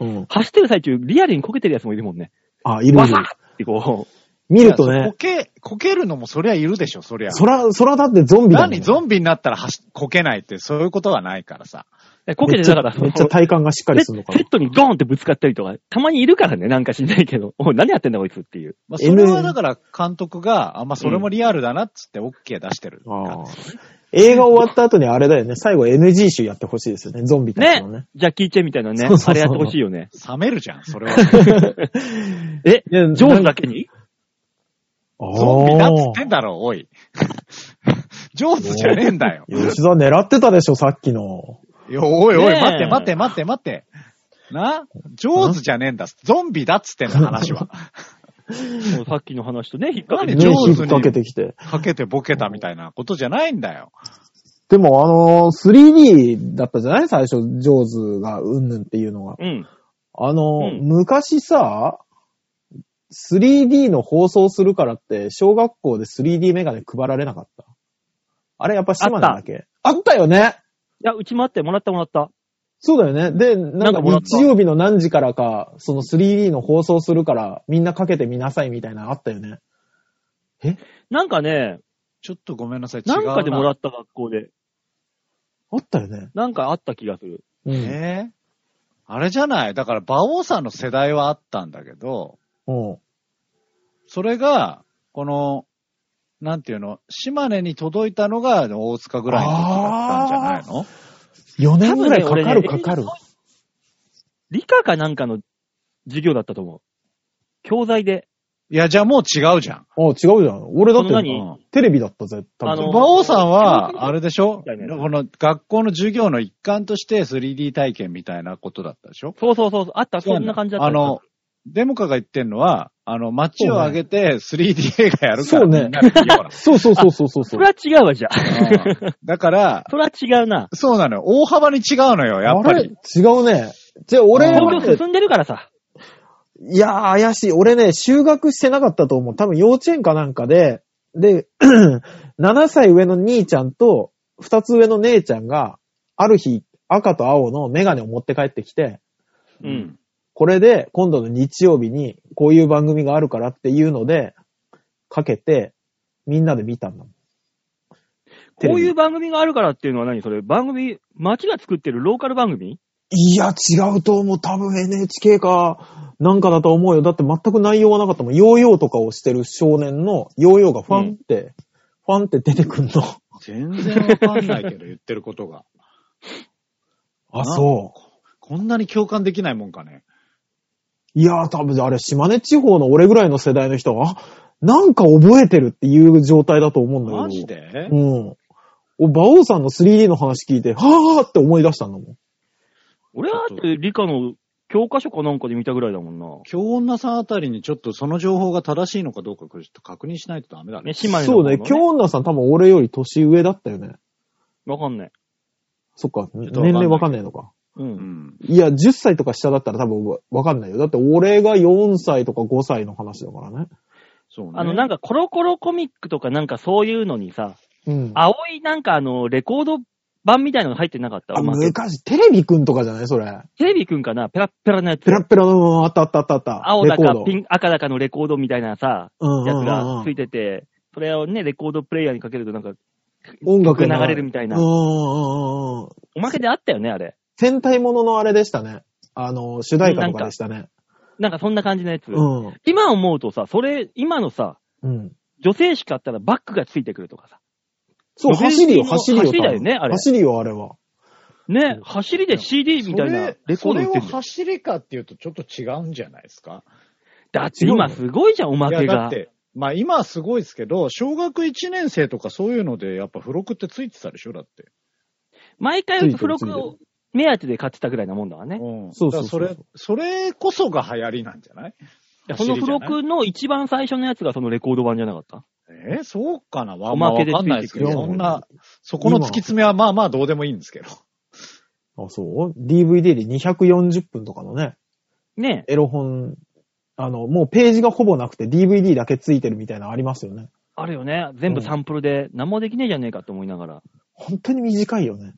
Speaker 3: うん。
Speaker 2: 走ってる最中、リアルにこけてるやつもいるもんね。
Speaker 3: あ、いるい
Speaker 2: わ
Speaker 3: る
Speaker 2: さ。ってこ
Speaker 3: 見ると
Speaker 4: いやそ
Speaker 3: ね
Speaker 4: こ、け、こけるのもそりゃいるでしょ、そりゃ。
Speaker 3: そら、そらだってゾンビだもん。
Speaker 4: 何ゾンビになったらはしこけないって、そういうことはないからさ。
Speaker 2: う、こけ
Speaker 3: めってちゃ
Speaker 2: だから、
Speaker 3: めっちゃ体幹がしっかりするのか
Speaker 2: ペ
Speaker 3: な
Speaker 2: ッ。トにゴーンってぶつかったりとか、たまにいるからね、なんかしないけど。 おい何やってんだこいつっていう。
Speaker 4: まあ、そ
Speaker 3: N-
Speaker 4: れはだから監督が、あ、まあ、それもリアルだなっつって OK 出してる
Speaker 3: あ
Speaker 4: 感じ。
Speaker 3: ー映画終わった後にあれだよね、最後 NG 集やってほしいですよね、ゾンビたち
Speaker 2: ね
Speaker 3: のね。
Speaker 2: ジャッキー・チェンみたいなね、
Speaker 3: そうそうそう
Speaker 2: あれやってほしいよね。
Speaker 4: 冷めるじゃん、それは。
Speaker 2: え、
Speaker 3: いや
Speaker 2: ジョーズだけに
Speaker 4: ゾンビだっつ
Speaker 3: あ
Speaker 4: ってんだろ、おい。 ジョーズじゃねえんだよ。
Speaker 3: ー吉沢狙ってたでしょ、さっきの。
Speaker 4: いやおいおい、
Speaker 2: ねえ
Speaker 4: 待って待って待って待って。なジョーズじゃねえんだ。ゾンビだっつってんだ、話 は。
Speaker 2: もうさっきの話とね、引っ掛け
Speaker 4: で
Speaker 3: ね、
Speaker 2: て。
Speaker 4: ジョーズ
Speaker 3: 引
Speaker 4: に
Speaker 3: っ掛けてきて。
Speaker 4: かけてボケたみたいなことじゃないんだよ。
Speaker 3: でも、あのー 3D だったじゃない最初、ジョーズがうんぬんっていうのが。
Speaker 2: うん。
Speaker 3: あのー、
Speaker 2: うん
Speaker 3: 昔さ、3D の放送するからって、小学校で 3D メガネ配られなかった。あれ、やっぱ島根だけ。あったよね
Speaker 2: いや、うちもあって、もらったもらった。
Speaker 3: そうだよね。で、
Speaker 2: な
Speaker 3: な
Speaker 2: んん
Speaker 3: か
Speaker 2: かもらった
Speaker 3: 日曜日の何時からか、その 3D の放送するから、みんなかけてみなさいみたいなのあったよね。
Speaker 2: なんかね、
Speaker 4: ちょっとごめんなさい、違う
Speaker 2: なん
Speaker 4: な。
Speaker 2: かでもらった学校で。
Speaker 3: あったよね。
Speaker 2: なんかあった気がする。
Speaker 3: うん。
Speaker 4: ねえあれじゃないだから、馬王さんの世代はあったんだけど、
Speaker 3: うん。
Speaker 4: それが、この、なんていうの、島根に届いたのが大塚ぐらいの時だったんじゃないの
Speaker 3: 4年ぐらいかかる
Speaker 2: 多分ね俺
Speaker 3: か
Speaker 2: ね
Speaker 3: かる。
Speaker 2: 理科かなんかの授業だったと思う。教材で。
Speaker 4: いや、じゃあもう違うじゃん。
Speaker 3: あ、違うじゃん。俺だっ
Speaker 2: そんな
Speaker 3: て
Speaker 2: に
Speaker 4: うん
Speaker 3: テレビだったぜ、多
Speaker 2: あの
Speaker 3: 分。
Speaker 4: 馬王さんは、あれでしょ
Speaker 2: みたいなやつ
Speaker 4: この学校の授業の一環として 3D 体験みたいなことだったでしょ
Speaker 2: そうそうそうそう。あった、そんな感じだった。
Speaker 4: あの、、デモカが言ってんのは、あの、街を挙げて 3D 映画やるか
Speaker 3: そ
Speaker 4: ら
Speaker 3: うね
Speaker 4: みんなで見ような
Speaker 3: そうそうそうそうそうそ
Speaker 2: そう れ。は違うわ、じゃあ。
Speaker 4: うんだから、
Speaker 2: それは違うな。
Speaker 4: そうなのよ。大幅に違うのよ、やっぱ
Speaker 3: あれ
Speaker 4: り。
Speaker 3: 違うね。じゃあ俺
Speaker 4: あー
Speaker 2: 東京進んでるからさ。
Speaker 3: いやー、怪しい。俺ね、修学してなかったと思う。多分幼稚園かなんかで、で、7歳上の兄ちゃんと、2つ上の姉ちゃんが、ある日、赤と青のメガネを持って帰ってきて、
Speaker 2: うん。
Speaker 3: これで今度の日曜日にこういう番組があるからっていうので、かけて、みんなで見たんだもん。
Speaker 2: こういう
Speaker 3: う。
Speaker 2: 番組があるからっていうのは何それ番組、町が作ってるローカル番組
Speaker 3: いや、違うと思う。多分 NHK か、なんかだと思うよ。だって全く内容はなかったもん。ヨーヨーとかをしてる少年のヨーヨーがファンって、ファンって出てくんの。
Speaker 4: 全然わかんないけど、言ってることが。
Speaker 3: あ、そう。
Speaker 4: こんなに共感できないもんかね。
Speaker 3: いやー、多分あれ、島根地方の俺ぐらいの世代の人は、あなんか覚えてるっていう状態だと思うんだけど。
Speaker 4: マジで
Speaker 3: うん。お、馬王さんの 3D の話聞いて、はぁーって思い出したんだもん。
Speaker 2: 俺はだって理科の教科書かなんかで見たぐらいだもんな。
Speaker 4: 京女さんあたりにちょっとその情報が正しいのかどうか、ちょっと確認しないとダメだね
Speaker 2: ね、。島根の
Speaker 3: そ
Speaker 2: 方
Speaker 3: う
Speaker 2: の、
Speaker 3: ね、京女さん多分俺より年上だったよね。
Speaker 2: わかんない。
Speaker 3: そっか、
Speaker 4: っと
Speaker 3: 年齢わかんないのか。
Speaker 2: う。
Speaker 4: うんん。
Speaker 3: いや、10歳とか下だったら多分わわかんないよ。だって俺が4歳とか5歳の話だからね。
Speaker 4: そうね。
Speaker 2: あの、なんかコロコロコミックとかなんかそういうのにさ、
Speaker 3: うん。
Speaker 2: 青いなんかあの、レコード版みたいなの入ってなかった
Speaker 3: あ、
Speaker 2: まあ
Speaker 3: 昔、テレビくんとかじゃないそれ。
Speaker 2: テレビくんかなペラッペラのやつ
Speaker 3: ペ。ラッペラの、あったあったあったあった。
Speaker 2: 青だ
Speaker 3: レ
Speaker 2: か
Speaker 3: コード
Speaker 2: ピン赤だかのレコードみたいなさ、
Speaker 3: うんうん
Speaker 2: やつ
Speaker 3: うんう
Speaker 2: が
Speaker 3: ん
Speaker 2: ついてて、それをね、レコードプレイヤーにかけるとなんか、
Speaker 3: 音楽が
Speaker 2: 曲流れるみたいな
Speaker 3: うんうんうんうん。
Speaker 2: おまけであったよね、あれ。
Speaker 3: 戦隊もののあれでしたね。あの、主題歌とかでしたね。
Speaker 2: なんかそんな感じのやつ。
Speaker 3: うん。
Speaker 2: 今思うとさ、それ、今のさ、
Speaker 3: うん。
Speaker 2: 女性しかあったらバックがついてくるとかさ。
Speaker 3: そう、
Speaker 2: ロベル
Speaker 3: 走りよ、
Speaker 2: の
Speaker 3: 走りよ。
Speaker 2: 走りだよね
Speaker 3: 多分
Speaker 2: あれ
Speaker 3: 走りよ、あれは。
Speaker 2: ね、走りで CD みたいなレコード売ってんだよ
Speaker 4: 走りかっていうとちょっと違うんじゃないですか
Speaker 2: だって今すごいじゃん、おま
Speaker 4: いや、
Speaker 2: け
Speaker 4: だ
Speaker 2: が
Speaker 4: っ。て、まあ今はすごいですけど、小学1年生とかそういうので、やっぱ付録ってついてたでしょだって。
Speaker 2: 毎
Speaker 3: ついて
Speaker 2: 回
Speaker 3: る
Speaker 2: 付録を目当てで買ってたぐらいなもんだわね。
Speaker 4: うん。
Speaker 3: そうそう
Speaker 4: だ
Speaker 3: そう
Speaker 4: からそれ、それこそが流行りなんじゃない
Speaker 2: その
Speaker 4: 走り
Speaker 2: 付
Speaker 4: じゃない
Speaker 2: 録の一番最初のやつがそのレコード版じゃなかった
Speaker 4: えーそうかなわ
Speaker 2: おまけで
Speaker 4: まあわかんないですけど、
Speaker 3: ついてくる
Speaker 4: そんな、そこの突き詰めはまあまあどうでもいいんですけど。
Speaker 3: あ、そう ?DVD で240分とかのね、
Speaker 2: ね
Speaker 3: エロ本、あの、もうページがほぼなくて DVD だけついてるみたいなのありますよね。
Speaker 2: あるよね。全部サンプルで何もできねえじゃねえかと思いながら。
Speaker 3: 本当に短いよね。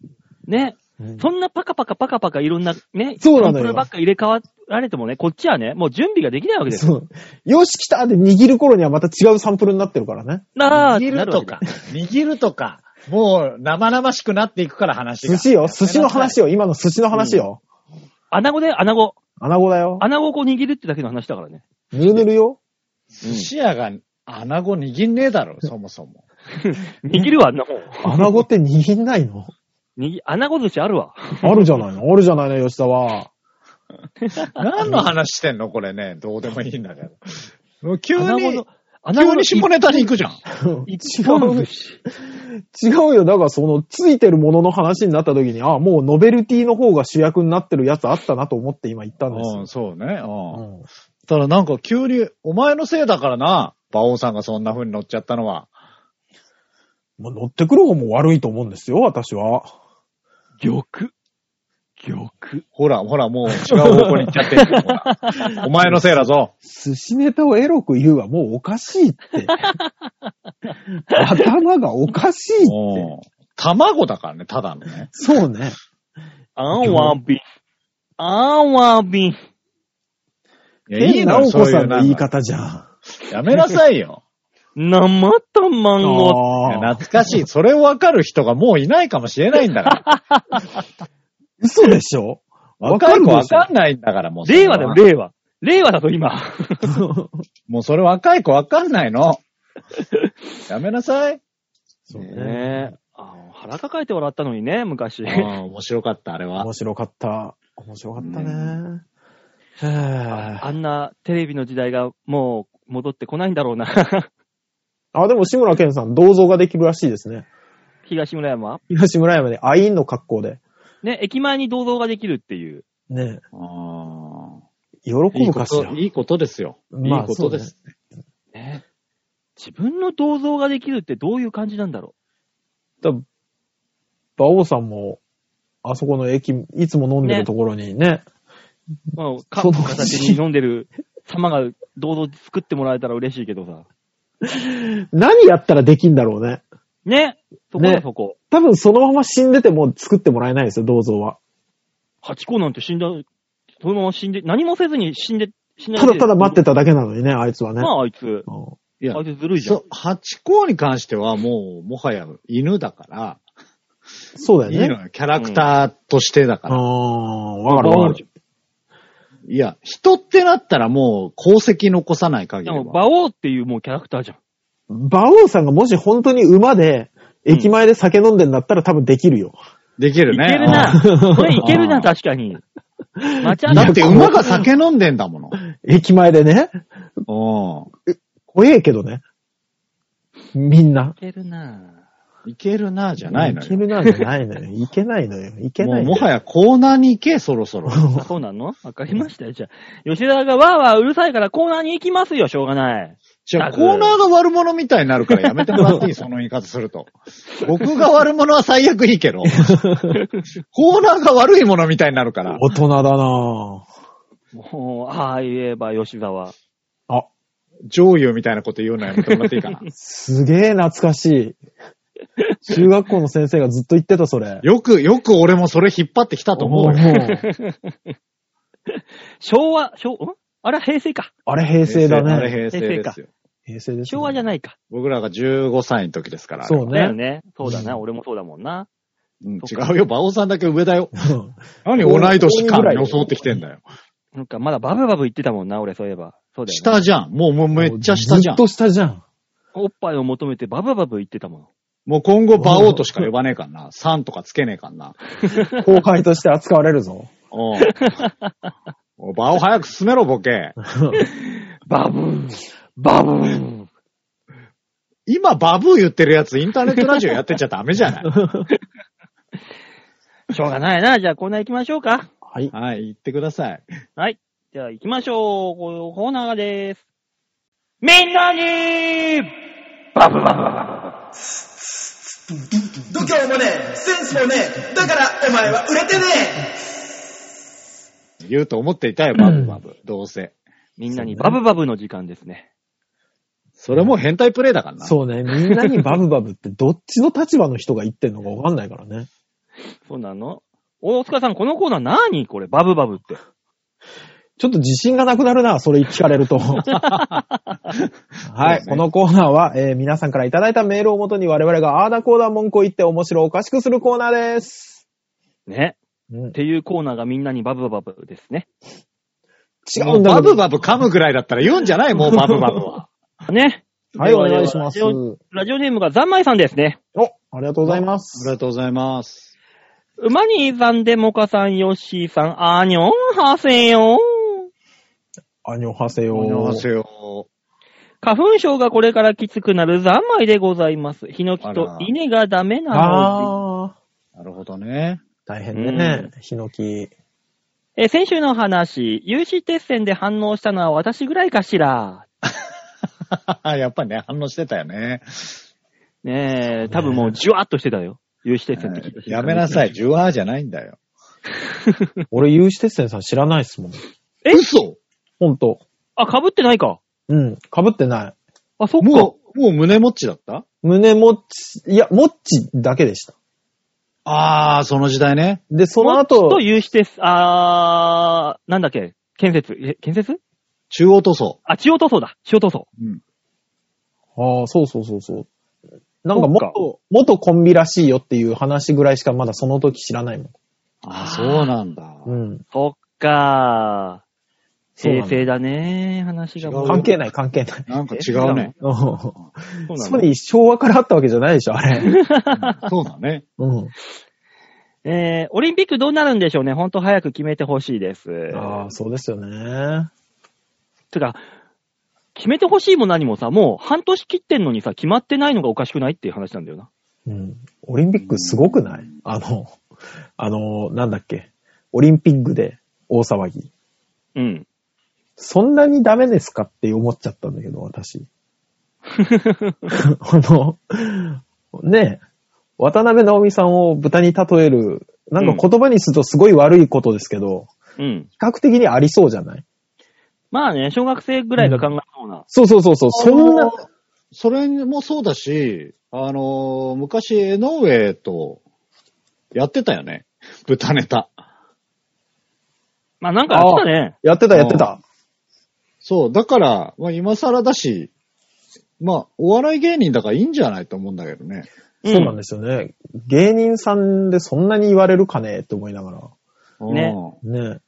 Speaker 2: ね
Speaker 3: うん
Speaker 2: そんなパカパカパカパカいろんなね、
Speaker 3: そうなのよ
Speaker 2: コンプラばっか入れ替わられてもね、こっちはね、もう準備ができないわけですよ。
Speaker 3: そう。よし来たって握る頃にはまた違うサンプルになってるからね。
Speaker 2: なあ、
Speaker 4: 握
Speaker 2: な
Speaker 4: る
Speaker 2: るわ
Speaker 4: と
Speaker 2: けだ
Speaker 4: か。、握るとか、もう生々しくなっていくから話が。
Speaker 3: 寿司よ、寿司の話よ、今の寿司の話よ。
Speaker 2: 穴子で穴子。
Speaker 3: 穴子だよ。
Speaker 2: 穴子をこう握るってだけの話だからね。
Speaker 3: ぬるぬるよ。
Speaker 4: 寿司屋が穴子握んねえだろ、そもそも。
Speaker 2: 握るわ、あんなもん。
Speaker 3: 穴子って握んない の
Speaker 2: 握穴子寿司あるわ。
Speaker 3: あるじゃないのあるじゃないの、吉沢。
Speaker 4: 何の話してんの これね。どうでもいいんだけど。もう急
Speaker 2: 穴子
Speaker 4: に
Speaker 2: の、、穴
Speaker 4: 急
Speaker 2: 子の
Speaker 4: に下ネタに行くじゃん。
Speaker 2: 一 本寿司。
Speaker 3: 違うよ。だからその、ついてるものの話になった時に、あもうノベルティの方が主役になってるやつあったなと思って今言ったんです
Speaker 4: う
Speaker 3: よ
Speaker 4: ん、。そうね。うん。
Speaker 3: うん
Speaker 4: ただなんか急に、お前のせいだからな。馬王さんがそんな風に乗っちゃったのは。
Speaker 3: まあ乗ってくる方も悪いと思うんですよ、私は。
Speaker 2: 玉。玉。
Speaker 4: ほら、ほら、もう違う方向に行っちゃってるよほらお前のせいだぞ。
Speaker 3: 寿司ネタをエロく言うはもうおかしい って。頭がおかしいって。
Speaker 4: うん卵だからね、ただのね。
Speaker 3: そうね。
Speaker 2: アワビ。アワビ。
Speaker 4: いや、い
Speaker 3: 天
Speaker 4: いの
Speaker 3: 直
Speaker 4: よ、そう
Speaker 3: 子
Speaker 4: い
Speaker 3: さ
Speaker 4: うん
Speaker 3: の
Speaker 4: なん
Speaker 3: 言い
Speaker 4: か。
Speaker 3: 方じゃん。
Speaker 4: やめなさいよ。
Speaker 2: 生卵。
Speaker 3: あ
Speaker 4: いや
Speaker 3: ー
Speaker 4: 懐かしい。それをわかる人がもういないかもしれないんだから。
Speaker 3: 嘘でしょわ
Speaker 4: 若
Speaker 3: か
Speaker 4: い
Speaker 3: る
Speaker 4: 子
Speaker 3: で
Speaker 4: わ
Speaker 3: しょ
Speaker 4: かんないんだから、もう。
Speaker 2: 令和だよ、令和。令和だぞ、今。
Speaker 4: もうそれ若い子わかんないの。 やめなさい。
Speaker 3: そうね。
Speaker 2: ねえ。 あの腹抱えて笑ったのにね、昔。
Speaker 4: ああ、面白かった、あれは。
Speaker 3: 面白かった。面白かった
Speaker 4: う
Speaker 3: ね。
Speaker 2: あ
Speaker 3: へ
Speaker 2: あんなテレビの時代がもう戻ってこないんだろうな。
Speaker 3: あ、でも志村けんさん銅像ができるらしいですね。
Speaker 2: 東村山は。
Speaker 3: 東村山でアイーンの格好で。
Speaker 2: ね、駅前に銅像ができるっていう。
Speaker 3: ね
Speaker 4: あ
Speaker 3: 喜
Speaker 4: あいい
Speaker 3: ぶ
Speaker 4: こ
Speaker 3: かしら
Speaker 4: と、。いいことですよ。いい
Speaker 3: まあ
Speaker 4: ことです。
Speaker 2: ね。自分の銅像ができるってどういう感じなんだろ
Speaker 3: だ馬王さんも、あそこの駅、いつも飲んでるところにね、
Speaker 2: う。まあ、カ
Speaker 3: そ
Speaker 2: ッ
Speaker 3: の
Speaker 2: プ片手に飲んでる様が銅像作ってもらえたら嬉しいけどさ。
Speaker 3: 何やったらできんだろうね。
Speaker 2: ね。そこだ、
Speaker 3: ね
Speaker 2: そこ。
Speaker 3: 多分そのまま死んでても作ってもらえないですよ、銅像は。
Speaker 2: ハチ公なんて死んだ、そのまま死んで、何もせずに死んで、死んだ
Speaker 3: た
Speaker 2: だ
Speaker 3: だ
Speaker 2: けで
Speaker 3: ただ待ってただけなのにね、あいつはね。
Speaker 2: まあ、あいつ。
Speaker 3: うん
Speaker 4: いや
Speaker 2: あいつずるいじゃん
Speaker 4: そ。う、ハチ公に関してはもう、もはや犬だから、
Speaker 3: そうだ
Speaker 4: いい
Speaker 3: よね。
Speaker 4: のよ。キャラクターとしてだか
Speaker 3: うー
Speaker 4: ら。
Speaker 3: ん、わかるわかる。
Speaker 4: いや、人ってなったらもう、功績残さない限
Speaker 2: で
Speaker 4: り
Speaker 2: も、
Speaker 4: は。
Speaker 2: 馬王っていうもうキャラクターじゃん。
Speaker 3: 馬王さんがもし本当に馬で、駅前で酒飲んでんだったら多分できるよ。
Speaker 4: できる
Speaker 2: い
Speaker 4: ね。
Speaker 2: けるな。 これいけるな、確かに。街
Speaker 4: うん。だ
Speaker 2: 歩
Speaker 4: って馬が酒飲んでんだも の。
Speaker 3: 駅前でね。
Speaker 4: う
Speaker 3: 怖えけどね。みんな。
Speaker 2: いけるな。
Speaker 4: ん。いけるな、じゃないの
Speaker 3: いけ
Speaker 4: よ。
Speaker 3: るなじゃないのよ。 いけないのよ。いけ
Speaker 4: も
Speaker 3: な
Speaker 4: う
Speaker 3: い
Speaker 4: もは
Speaker 3: や。
Speaker 4: やコーナーに行け、そ ろそろ。
Speaker 2: あそうなのわかりましたよ。じゃあ、吉沢がわーわーうるさいからコーナーに行きますよ、しょうがない。
Speaker 4: じゃ
Speaker 2: だ
Speaker 4: あ、
Speaker 2: く
Speaker 4: コーナーが悪者みたいになるからやめてもら っていいその言い方すると。僕が悪者は最悪いいけど、コーナーが悪いものみたいになるから。
Speaker 3: 大人だなぁ。
Speaker 2: もう、ああ言えば吉沢。
Speaker 3: あ、
Speaker 4: 上優みたいなこと言うのやめてもらっていいか な。
Speaker 3: すげえ懐か しい。中学校の先生がずっと言ってた、それ。
Speaker 4: よく、よく俺もそれ引っ張ってきたと思うよ。
Speaker 3: もう
Speaker 2: 昭和、昭、んあれは平成か。
Speaker 3: あれ平成だ
Speaker 4: あれ
Speaker 3: ね。
Speaker 4: 平成ですよ。
Speaker 3: 平成です、ね。
Speaker 2: 昭和じゃないか。
Speaker 4: 僕らが15歳の時ですから。あ
Speaker 3: そ
Speaker 4: れは
Speaker 3: う
Speaker 2: だよ
Speaker 3: ね。
Speaker 2: ね。そうだな、
Speaker 3: うん
Speaker 2: 俺もそうだもんな。
Speaker 4: うん違うよ、馬王さんだけ上だよ。
Speaker 3: うん
Speaker 4: 何同い年か装ってきてんだよ。
Speaker 2: なんかまだバブバブ言ってたもんな、俺そういえば。そうだよ、ね。
Speaker 4: 下じゃん。もう、もうめっちゃ下じゃん
Speaker 3: ずっ。と下じゃん。
Speaker 2: おっぱいを求めてバブバブ言ってたもん。
Speaker 4: もう今後馬王としか呼ばねえかんな。さんとかつけねえかんな。
Speaker 3: 後輩として扱われるぞ。
Speaker 4: おう お馬王早く進めろ、ボケ。
Speaker 2: バブーバブー
Speaker 4: 今、バブー言ってるやつ、インターネットラジオやってちゃダメじゃ ない。
Speaker 2: しょうがないな。じゃあコーナー行きましょうか。
Speaker 3: はい。
Speaker 4: はい、言ってください。
Speaker 2: はい。じゃあ行きましょう。このコーナーです。みんなにバブバブバ
Speaker 5: 度胸もねえ、センスもねえ、だからお前は売れてね
Speaker 4: 言うと思っていたよ、バブバブ。どうせ。
Speaker 2: ブみんなにバブバブの時間ですね。
Speaker 4: それもう変態プレイだからな。
Speaker 3: そうね。みんなにバブバブってどっちの立場の人が言ってんのかわかんないからね。
Speaker 2: そうなの大塚さん、このコーナー何これ、バブバブって。
Speaker 3: ちょっと自信がなくなるな、それ聞かれる と。はい、このコーナーは、えー皆さんからいただいたメールをもとに我々があーだこーだ文句を言って面白おかしくするコーナーです。
Speaker 2: ね。
Speaker 3: う
Speaker 2: っ、
Speaker 3: ん
Speaker 2: ていうコーナーがみんなにバブバブですね。
Speaker 3: 違
Speaker 1: も
Speaker 3: うんだ
Speaker 1: バ
Speaker 3: け
Speaker 1: ブ
Speaker 3: ど。
Speaker 1: バブ噛むぐらいだったら言うんじゃないもうバブバブ は。
Speaker 2: ね。
Speaker 3: はい、
Speaker 2: で
Speaker 3: お
Speaker 2: はでは
Speaker 3: 願いします。
Speaker 2: ラジオ
Speaker 3: お、
Speaker 2: ラジオネームがざんまいさんですね。
Speaker 3: ありがとうございます。
Speaker 4: りがとうございます。
Speaker 2: 馬にさん、デモカさん、ヨッシーさん、あーにょんはせよ
Speaker 3: アニョハセヨ
Speaker 4: こんに
Speaker 3: ー。
Speaker 4: ちは。
Speaker 2: 花粉症がこれからきつくなるざんまいでございます。ヒノキと稲がダメなので
Speaker 3: あ
Speaker 4: なるほどね。
Speaker 3: ー、大変だね。ヒノキ。
Speaker 2: えー先週の話、有刺鉄線で反応したのは私ぐらいかしら。
Speaker 4: やっぱね、反応してたよね。
Speaker 2: ねえ、多分もうじゅわっとしてたよ。有刺鉄線って聞いた瞬間
Speaker 4: やめなさい、。ジュワーじゃないんだよ。
Speaker 3: 俺、有刺鉄線さん知らないっすもん。
Speaker 2: え
Speaker 1: 嘘
Speaker 3: ほんと。
Speaker 2: あ、被ってないか。
Speaker 3: うん、被ってない。
Speaker 2: あ、そっか。
Speaker 4: もう、もう胸持ちだった
Speaker 3: 胸もっち、いや、もっちだけでした。
Speaker 4: あー、その時代ね。
Speaker 3: で、その
Speaker 2: もっ
Speaker 3: 後
Speaker 2: と、有刺鉄、あー、なんだっけ、建設、え建設
Speaker 4: 中央塗装。
Speaker 2: あ、中央塗装だ。中央塗装。
Speaker 3: ああ、そうそうそうそう。なんか
Speaker 2: そっか
Speaker 3: 元、元コンビらしいよっていう話ぐらいしかまだその時知らないもん。
Speaker 4: あー、そうなんだ。
Speaker 3: うん。
Speaker 2: そっかー。
Speaker 3: そうな
Speaker 2: 平
Speaker 3: の
Speaker 2: 成だねー、話がもう。
Speaker 3: 関係ない関係ない。
Speaker 4: なんか
Speaker 2: え
Speaker 4: 違うね。
Speaker 3: うん
Speaker 2: そうな
Speaker 3: ソ
Speaker 2: の
Speaker 3: ニー昭和からあったわけじゃないでしょ、あれ。
Speaker 4: そうだね。
Speaker 3: うん。
Speaker 2: えー、オリンピックどうなるんでしょうね。ほんと早く決めてほしいです。
Speaker 3: ああ、そうですよね。
Speaker 2: てか、決めてほしいも何もさ、もう半年切ってんのにさ、決まってないのがおかしくないっていう話なんだよな。
Speaker 3: うん。オリンピックすごくないあの、あの、なんだっけ。オリンピックで大騒ぎ。
Speaker 2: うん。
Speaker 3: そんなにダメですかって思っちゃったんだけど、 私。あの、ねえ、渡辺直美さんを豚に例える、なんか言葉にするとすごい悪いことですけど、
Speaker 2: うん。
Speaker 3: 比較的にありそうじゃない
Speaker 2: まあね、小学生ぐらいが考えそうな。
Speaker 3: そうそうそうそう、そん
Speaker 4: あ
Speaker 3: な
Speaker 4: の、それもそうだし、あのー昔、江上と、やってたよね。豚ネタ。
Speaker 2: まあなんかあったね。
Speaker 3: やってたやってた。
Speaker 4: そう、だから、まあ、今更だし、まあ、お笑い芸人だからいいんじゃないと思うんだけどね。
Speaker 2: うん
Speaker 3: そうなんですよね。芸人さんでそんなに言われるかねって思いながら。
Speaker 2: ね
Speaker 4: うん
Speaker 3: ねえ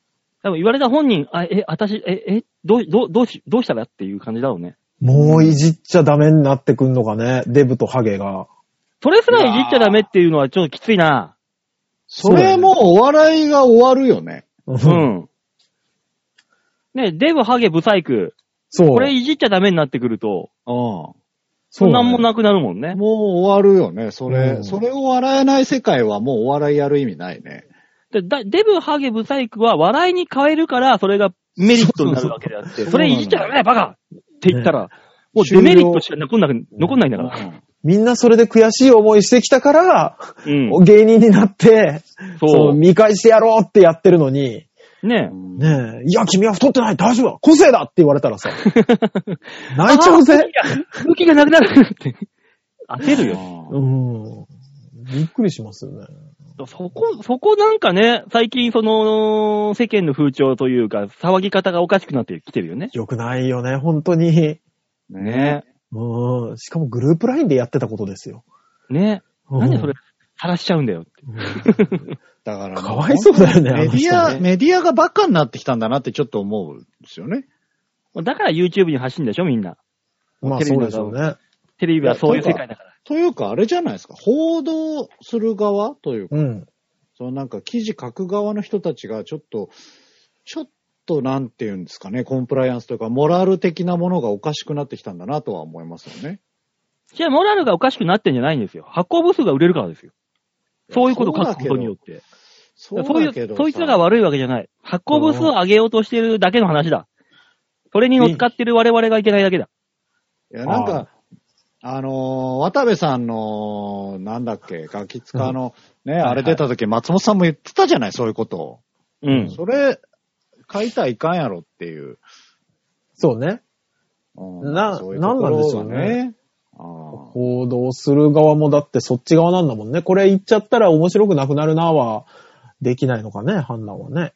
Speaker 2: 多分言われた本人、あ、え、私、え、え、どう、どう、どうし、どうしたらっていう感じだろうね。
Speaker 3: もういじっちゃダメになってくんのかね、デブとハゲが。
Speaker 2: それすらいじっちゃダメっていうのはちょっときついな。
Speaker 4: それもうお笑いが終わるよね。
Speaker 3: う
Speaker 2: う。ん。ね、デブ、ハゲ、ブサイク。
Speaker 3: そう。
Speaker 2: これいじっちゃダメになってくると、
Speaker 4: うん。も
Speaker 3: そ
Speaker 2: そ
Speaker 3: うんだ
Speaker 2: な
Speaker 3: ね
Speaker 2: んもなくなるもんね
Speaker 4: う。終わるよね。それ、
Speaker 3: うん
Speaker 4: それを笑えない世界はもうお笑いやる意味ないね。
Speaker 2: でだデブ、ハゲ、ブサイクは笑いに変えるから、それがメリットになるわけであって、それいじっちゃダメだよ、バカって言ったら、もうデメリットしか残んなく、残んないんだ
Speaker 4: う
Speaker 2: から。
Speaker 4: ん
Speaker 3: みんなそれで悔しい思いしてきたから、
Speaker 2: うん。
Speaker 3: 芸人になって、そ
Speaker 2: そう
Speaker 3: 見返してやろうってやってるのに、
Speaker 2: う。ねえ。
Speaker 3: ねえ、いや、君は太ってない、大丈夫だ、個性だって言われた らさ、泣いちゃうぜ。
Speaker 2: あー武器が武器がなくなるって。 焦るよ。
Speaker 4: う
Speaker 3: うんん。びっくりしますよね。
Speaker 2: そこ、そこなんかね、最近その、世間の風潮というか、騒ぎ方がおかしくなってきてるよね。
Speaker 3: よくないよね、本当に。
Speaker 4: ね
Speaker 3: うん。しかもグループラインでやってたことですよ。
Speaker 2: ねえ。
Speaker 3: うん
Speaker 2: なんでそれ、晒しちゃうんだよって。
Speaker 4: だから、
Speaker 3: かわいそうだよね、
Speaker 4: メディ
Speaker 3: あの
Speaker 4: ア、
Speaker 3: 人ね
Speaker 4: メディアがバカになってきたんだなってちょっと思うんですよね。
Speaker 2: だから YouTube に走るんでしょ、みんな。
Speaker 3: まあそうでしょうね。
Speaker 2: テレビはそういう世界だから。
Speaker 4: というか、あれじゃないですか。報道する側というか、
Speaker 3: うん。
Speaker 4: そのなんか記事書く側の人たちがちょっと、ちょっとなんていうんですかね、コンプライアンスというか、モラル的なものがおかしくなってきたんだなとは思いますよね。
Speaker 2: じゃあ、モラルがおかしくなってんじゃないんですよ。発行部数が売れるからですよ。そういうことを書くことによって。そ
Speaker 4: そ
Speaker 2: うう
Speaker 4: だ
Speaker 2: い
Speaker 4: けど
Speaker 2: う、
Speaker 4: さ
Speaker 2: そいつらが悪いわけじゃない。発行部数を上げようとしてるだけの話だ。それに乗っかってる我々がいけないだけだ。
Speaker 4: いや、なんか、あのー渡部さんの、なんだっけ、ガキ使の、ね、あれ出た時、松本さんも言ってたじゃない、そういうことを。
Speaker 2: うん。
Speaker 4: それ、書いたらいかんやろっていう。
Speaker 3: そうね。
Speaker 4: うん
Speaker 3: な
Speaker 4: そういうところが
Speaker 3: なんなんでしょうね。
Speaker 4: あー
Speaker 3: 報道する側もだってそっち側なんだもんね。これ言っちゃったら面白くなくなるなは、できないのかね、判断はね。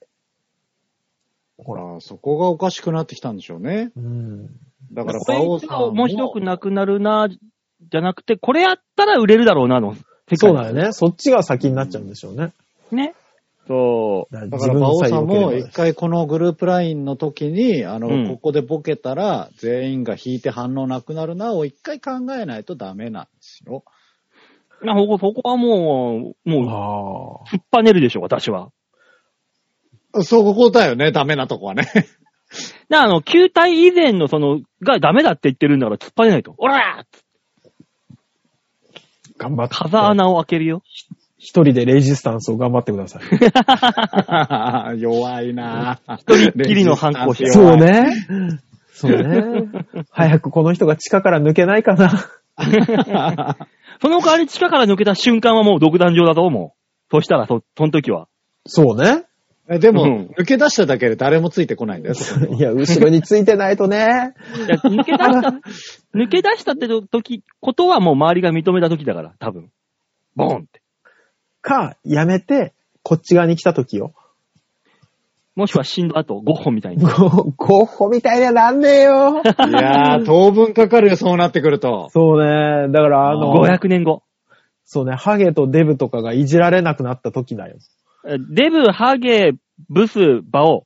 Speaker 3: ほら。
Speaker 4: ああそこがおかしくなってきたんでしょうね。
Speaker 3: うん。
Speaker 4: だから、
Speaker 2: これ
Speaker 4: 馬王
Speaker 2: 一
Speaker 4: さん
Speaker 2: が
Speaker 4: も。
Speaker 2: 面白くなくなるな、じゃなくて、これやったら売れるだろうなの。
Speaker 3: そうだよね。そっちが先になっちゃうんでしょうね。
Speaker 2: ね。そう。
Speaker 3: だ
Speaker 4: だから、馬王さんも一
Speaker 3: 回。
Speaker 4: 回このグループラインの時に、あの、
Speaker 2: うん
Speaker 4: ここでボケたら、全員が引いて反応なくなるなを一回考えないとダメなんですよ。
Speaker 2: まあ、こここはもう、も
Speaker 3: あ
Speaker 2: う、突っぱねるでしょ、私は。
Speaker 4: そう、ここだよね、ダメなとこはね。
Speaker 2: な、あの、球体以前のその、がダメだって言ってるんだから突っぱねないと。おらー
Speaker 3: あ。頑張って。
Speaker 2: 風穴を開けるよ。
Speaker 3: 一人でレジスタンスを頑張ってください。
Speaker 4: 弱いなぁ。
Speaker 2: 一人っきりの反抗者。
Speaker 3: そう ね。そうね。早くこの人が地下から抜けないかな。
Speaker 2: その代わり地下から抜けた瞬間はもう独壇場だと思う。そしたら、そ、その時は。
Speaker 3: そうね。
Speaker 4: えでも、
Speaker 2: うん
Speaker 4: 抜け出しただけで誰もついてこないんだよ。そこに
Speaker 3: いや、後ろについてないとね。
Speaker 2: いや、抜け出した、抜け出したって時、ことはもう周りが認めた時だから、多分。ボーンって。
Speaker 3: か、やめて、こっち側に来た時よ。
Speaker 2: もしくは振動あと5本みたいに。
Speaker 3: ゴッホみたいにはなんねえよ。
Speaker 4: いやー、当分かかるよ、そうなってくると。
Speaker 3: そうね。だから、あの、
Speaker 2: 500年後。
Speaker 3: そうね、ハゲとデブとかがいじられなくなった時だよ。
Speaker 2: えデブ、ハゲ、ブス、バオ。